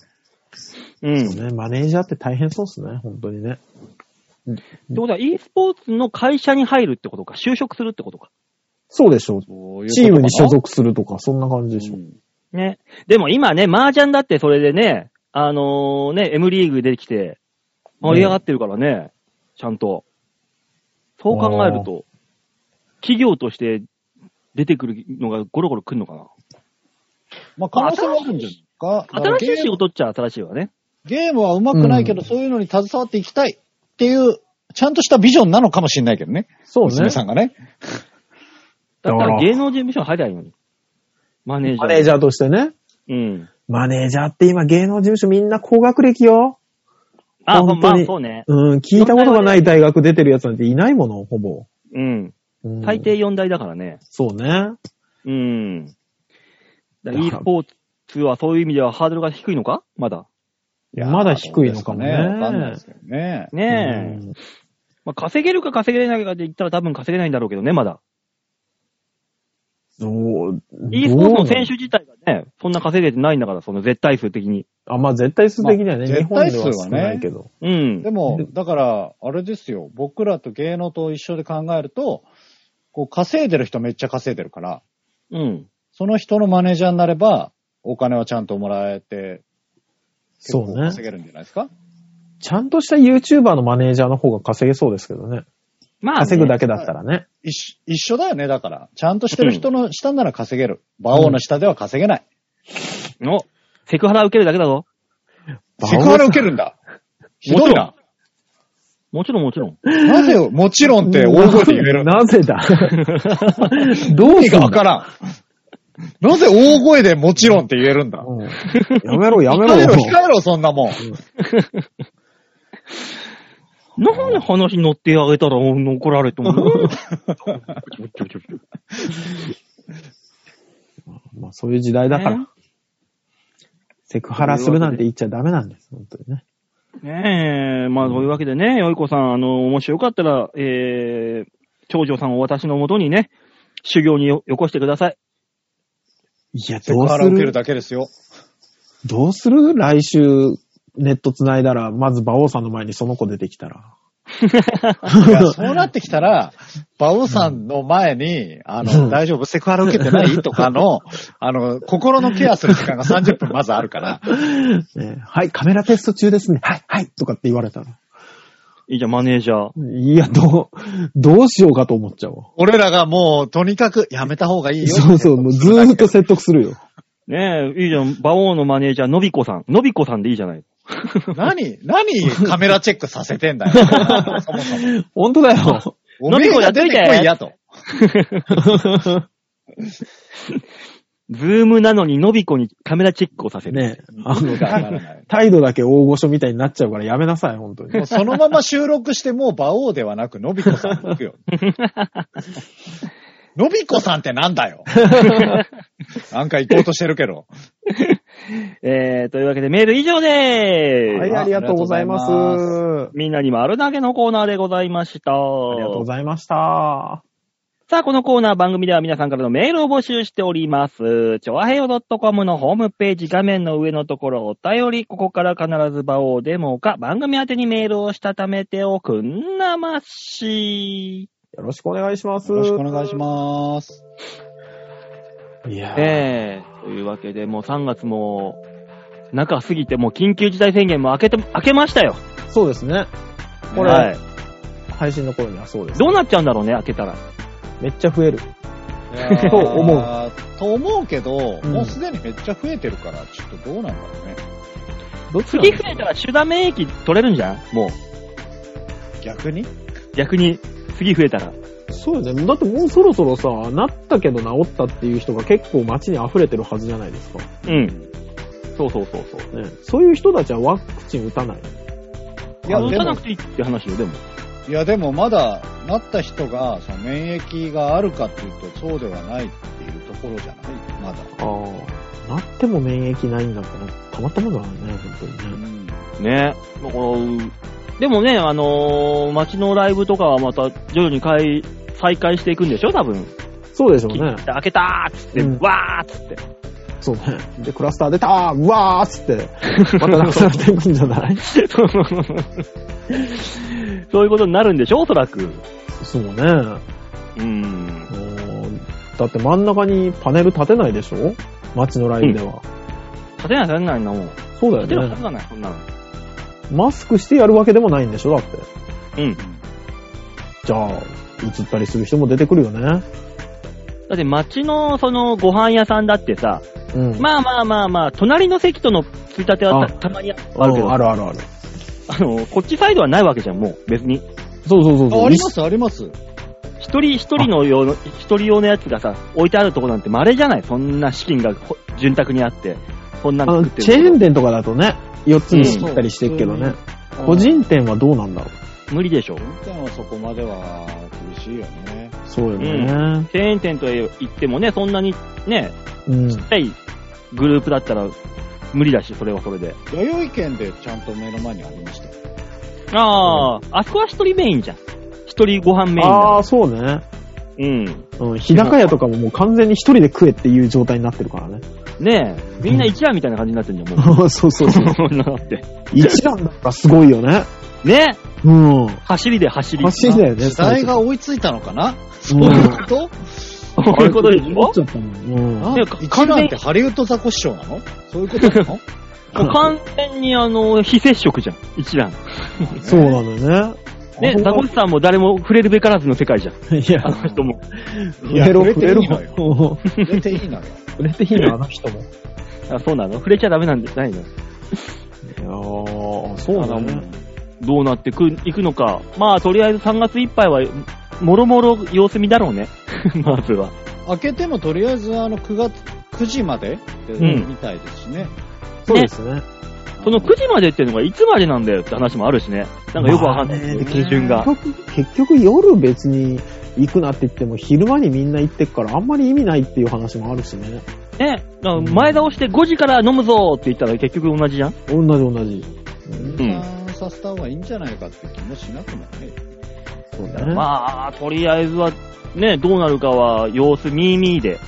Speaker 2: うん。って
Speaker 3: ね、マネージャーって大変そうっすね。本当にね。
Speaker 2: ことは、e スポーツの会社に入るってことか、就職するってことか。
Speaker 3: そうでしょう。
Speaker 4: そういうこと
Speaker 3: チ
Speaker 4: か
Speaker 3: ー
Speaker 4: な
Speaker 3: ムに所属するとか、そんな感じでしょ。
Speaker 4: うん
Speaker 2: ね。でも今ね、麻雀だってそれでね、あのーね、M リーグ出てきて、盛り上がってるからね、ちゃんと。そう考えると、企業として出てくるのがゴロゴロ来るのかな。
Speaker 4: まあ可能性はあるんじゃないか。だから
Speaker 2: 新しい仕事っちゃ新しいわね。
Speaker 4: ゲームゲームは上手くないけど、
Speaker 3: うん
Speaker 4: そういうのに携わっていきたいっていう、ちゃんとしたビジョンなのかもしれないけどね。
Speaker 3: そうね
Speaker 4: 娘。さんがね。
Speaker 2: だったら
Speaker 3: あー
Speaker 2: 芸能事務所に入りゃいいのに。マネージャー。
Speaker 3: マネージャーとしてね。
Speaker 2: うん。
Speaker 3: マネージャーって今芸能事務所みんな高学歴よ。
Speaker 2: あ、
Speaker 3: 本
Speaker 2: ま
Speaker 3: 当
Speaker 2: あ
Speaker 3: に
Speaker 2: そうね。
Speaker 3: うん、聞いたことがない大学出てるやつなんていないもの、ほぼ。
Speaker 2: うん。
Speaker 3: うん、
Speaker 2: 大抵4大だからね。
Speaker 3: そうね。
Speaker 2: うん。だから
Speaker 3: だ
Speaker 2: e スポーツはそういう意味ではハードルが低いのかまだ。
Speaker 4: いやー
Speaker 3: まだ低いのかもね
Speaker 4: どうですかわかんないですけどね。
Speaker 2: ねえ。
Speaker 3: うん
Speaker 2: まあ、稼げるか稼げないかで言ったら多分稼げないんだろうけどね、まだ。
Speaker 3: どう、
Speaker 2: e スポーツの選手自体がね、そんな稼げてないんだから、その絶対数的に。
Speaker 3: あ、まあ絶対数的にはね、
Speaker 4: まあ
Speaker 3: 日本で
Speaker 4: 絶
Speaker 3: は
Speaker 4: 対数
Speaker 3: 少
Speaker 4: はね
Speaker 3: ないけど。
Speaker 2: うん
Speaker 4: で。も、だから、あれですよ。僕らと芸能と一緒で考えると、こう、稼いでる人めっちゃ稼いでるから、
Speaker 2: うん。
Speaker 4: その人のマネージャーになれば、お金はちゃんともらえて、結
Speaker 3: そ
Speaker 4: 構
Speaker 3: うね。
Speaker 4: 稼げるんじゃないですか
Speaker 3: ちゃんとした YouTuber のマネージャーの方が稼げそうですけどね。
Speaker 2: まあ、ね、
Speaker 3: 稼ぐだけだったらね。
Speaker 4: 一緒一緒だよね、だから。ちゃんとしてる人の下なら稼げる。馬王の下では稼げない。
Speaker 2: の、セクハラ受けるだけだぞ。
Speaker 4: セクハラ受けるんだ。ひどいな。
Speaker 2: もちろんもちろん。
Speaker 4: なぜ、もちろんって大声で言える
Speaker 3: なぜ だど
Speaker 4: 意
Speaker 3: う
Speaker 4: 味
Speaker 3: す
Speaker 4: が
Speaker 3: んだ
Speaker 4: わからん。なぜ大声でもちろんって言えるんだ。
Speaker 3: うんやめろ、やめ
Speaker 4: 控え
Speaker 3: ろ。
Speaker 4: ろ、控えろ、そんなもん。
Speaker 2: なんで話に乗ってあげたら怒られても。
Speaker 3: まあそういう時代だから
Speaker 2: ね。
Speaker 3: セクハラするなんて言っちゃダメなんです、本当にね。
Speaker 2: ねえ、まあ、そういうわけでね、よいこさん、あの、もしよかったら、えー、長女さんを私のもとにね、修行によよこしてください。
Speaker 3: いや、
Speaker 4: セ
Speaker 3: ど
Speaker 4: ク
Speaker 3: う
Speaker 4: ハ
Speaker 3: す
Speaker 4: ラ受ける
Speaker 3: る
Speaker 4: だけですよ。
Speaker 3: どうする来週、ネット繋いだら、まず馬王さんの前にその子出てきた ら。
Speaker 4: いや、そうなってきたら、馬王さんの前に、あ
Speaker 3: う
Speaker 4: の、
Speaker 3: ん
Speaker 4: 大丈夫セクハラ受けてないと かの、あの、心のケアする時間が30分まずあるから、
Speaker 3: ねはい、カメラテスト中ですね。はい、はい、とかって言われたら。
Speaker 2: いいじゃん、マネージャー。
Speaker 3: いや、どう、どうしようかと思っちゃうわ。
Speaker 4: 俺らがもう、とにかくやめた方がいいよ。
Speaker 3: そうそう、もうずーっと説得するよ。
Speaker 2: ねえ、いいじゃん、馬王のマネージャー、のびこさん。のびこさんでいいじゃない。
Speaker 4: 何、何カメラチェックさせてんだよ。 そもそも。
Speaker 3: 本当だよ。
Speaker 4: おめえが出てこいやと。
Speaker 2: ズームなのにのびこにカメラチェックをさせる。
Speaker 3: ねあの、
Speaker 4: がならない。
Speaker 3: 態度だけ大御所みたいになっちゃうからやめなさい、 本当に
Speaker 4: も。うそのまま収録してもう馬王ではなく、のびこさんに 行くよ。のびこさんってなんだ よ。なんか行こうとしてるけど。
Speaker 2: えー、というわけでメール以上でーす。
Speaker 3: はい、ありがとうございます。
Speaker 4: ありがと
Speaker 3: あ
Speaker 2: みんなに丸投げのコーナーでございました。
Speaker 3: りがとうございました。
Speaker 2: さあ、このコーナー番組では皆さんからのメールを募集しております。ちょあへよ .com のホームページ画面の上のところお便り、ここから必ず場をデモか番組宛てにメールをしたためておくんなまし。
Speaker 3: よろしくお願いします。
Speaker 4: よろしくお願いします。
Speaker 3: す。いやー
Speaker 2: ええというわけでもう3月も中過ぎてもう緊急事態宣言も明けて、明けましたよ。
Speaker 3: そうですね。これ、
Speaker 2: はい
Speaker 3: 配信の頃にはそうです。
Speaker 2: どうなっちゃうんだろうね、明けたら。
Speaker 3: めっちゃ増える。
Speaker 4: いや ー
Speaker 3: と思
Speaker 4: と思うけど、
Speaker 3: うん
Speaker 4: もうすでにめっちゃ増えてるから、ちょっとどうなんだろうね。
Speaker 3: どっちなん
Speaker 2: 次
Speaker 3: で
Speaker 2: 増
Speaker 3: すか
Speaker 2: えたら手段免疫取れるんじゃんもう。
Speaker 4: 逆に
Speaker 2: 逆に、次増えたら。
Speaker 3: そうですね。だってもうそろそろさ、なったけど治ったっていう人が結構街に溢れてるはずじゃないですか。
Speaker 2: うん。そうそうそうそう。
Speaker 3: ね。そういう人たちはワクチン打たない。
Speaker 4: いや、
Speaker 2: 打
Speaker 4: で
Speaker 2: たな
Speaker 4: も
Speaker 2: く、ていいって話よ、でも。
Speaker 4: いや、でもまだ、なった人が、その免疫があるかっていうと、そうではないっていうところじゃないまだ。
Speaker 3: ああ。なっても免疫ないんだから、たまったもんだからね、本当
Speaker 4: う
Speaker 3: にね。
Speaker 4: ん。
Speaker 2: ね。だから、うんでもね、あのー街のライブとかはまた徐々に開再開していくんでしょ多分。
Speaker 3: そうでしょう
Speaker 2: 切
Speaker 3: ね
Speaker 2: っ。て開けたーっつって、
Speaker 3: うん
Speaker 2: わーっつって。
Speaker 3: そうね。で、クラスター出たーうわーっ つって、またなくなっていくんじゃない
Speaker 2: そういうことになるんでしょおそらく。
Speaker 3: そうね。
Speaker 2: うん。
Speaker 3: うんだって真ん中にパネル立てないでしょ街のライブでは。
Speaker 2: 立てない、立てないな、もう。
Speaker 3: そう
Speaker 2: 立て
Speaker 3: だ
Speaker 2: る
Speaker 3: よ
Speaker 2: は
Speaker 3: ね
Speaker 2: ず。がない、そんなの。
Speaker 3: マスクしてやるわけでもないんでしょだって。
Speaker 2: うん。だ
Speaker 3: じゃあ、映ったりする人も出てくるよね。
Speaker 2: って街の、その、ご飯屋さんだってさ、
Speaker 3: うん。
Speaker 2: まあまあまあまあ、隣の席とのつい立てはた
Speaker 3: あ
Speaker 2: たまにあ
Speaker 3: あ
Speaker 2: るけ
Speaker 3: る
Speaker 2: ど、
Speaker 3: あるあるある。
Speaker 2: あの、こっちサイドはないわけじゃん、もう、別に。
Speaker 3: そうそうそうそう。
Speaker 4: ああります、あります。
Speaker 2: 一人一人の用の、一人用のやつがさ、置いてあるとこなんて稀じゃないそんな資金がほ潤沢にあって、こんな
Speaker 3: あ
Speaker 2: の
Speaker 3: の
Speaker 2: 食ってる。
Speaker 3: チェーン店とかだとね、4つに切ったりしてるけどね。個人店はどうなんだろう。
Speaker 2: 無理でしょ
Speaker 4: 運転はそこまでは厳しいよね。
Speaker 3: そうよね。
Speaker 2: チェーン店と言ってもね、そんなにね、
Speaker 3: うん。
Speaker 2: ちっちゃいグループだったら無理だし、それはそれで。
Speaker 4: 弥生県でちゃんと目の前にありましたよ。
Speaker 2: ああ、あそこは一人メインじゃん。一人ご飯メイン
Speaker 3: あ
Speaker 2: だ。
Speaker 3: あ、そうね。
Speaker 2: うん。
Speaker 3: うん。日高屋とかももう完全に一人で食えっていう状態になってるからね。
Speaker 2: ねえ、みんな一覧みたいな感じになってんじゃん、もう。
Speaker 3: そうそう
Speaker 2: そ
Speaker 3: そう。
Speaker 2: んなのって。
Speaker 3: 一覧だからすごいよね。
Speaker 2: ね
Speaker 3: うん。
Speaker 2: 走りで走り。
Speaker 3: 走りだよね。
Speaker 4: 時代が追いついたのかな
Speaker 3: う
Speaker 4: そ
Speaker 3: ん
Speaker 4: ういうこと
Speaker 2: そういうことでし
Speaker 3: 思っ
Speaker 2: ょ
Speaker 3: ちゃったもん。うん
Speaker 4: あ
Speaker 2: でも
Speaker 4: 一覧ってハリウッドザコシショウなのそういうことな の
Speaker 2: もう完全にあの、非接触じゃん、一覧。
Speaker 3: そうなんだよね。
Speaker 2: ね、ザコシさんも誰も触れるべからずの世界じゃん。
Speaker 3: いや
Speaker 2: あ、の人も。
Speaker 3: 触れろ、
Speaker 4: いや触れ
Speaker 3: 触
Speaker 4: てい
Speaker 3: れ
Speaker 4: い
Speaker 3: ろ。
Speaker 4: のよ触れていいのよ。
Speaker 3: 触れていいの、あの人も。
Speaker 2: あ、そうなの触れちゃダメなんじゃないの
Speaker 3: いやー、そうだね。
Speaker 2: どうなってく、いくのか。まあ、とりあえず3月いっぱいは、もろもろ様子見だろうね。 まずは。
Speaker 4: 開けてもとりあえずあの9月、9時までって
Speaker 2: うん
Speaker 4: みたいですしね。
Speaker 3: そうですね。
Speaker 2: その9時までっていうのがいつまでなんだよって話もあるしね。なんかよくわかんない、
Speaker 3: まあね
Speaker 2: 基準が。
Speaker 3: 結局、結局夜別に行くなって言っても昼間にみんな行ってっからあんまり意味ないっていう話もあるしね。
Speaker 2: ね、だから前倒して5時から飲むぞって言ったら結局同じじゃん。
Speaker 3: 同じ同じ。
Speaker 4: 分散させた方がいいんじゃないかって気もしなくもない。
Speaker 3: そうだね。
Speaker 2: まあ、とりあえずは、ね、どうなるかは様子見見で、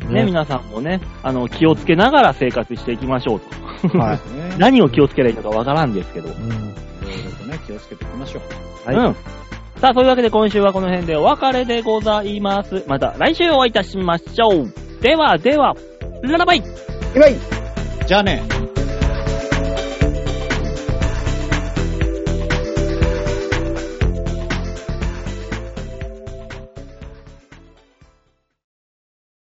Speaker 2: ね、
Speaker 3: ね
Speaker 2: 皆さんもね、あの、気をつけながら生活していきましょうと。
Speaker 3: はい。
Speaker 4: ね。
Speaker 2: 何を気をつければいいのかわからんですけど。
Speaker 3: うん
Speaker 4: いろいろとね、気をつけていきましょう。
Speaker 3: はい
Speaker 2: うん。さあ、そういうわけで今週はこの辺でお別れでございます。また来週お会いいたしましょう。ではでは、ララバイ
Speaker 4: じゃあね。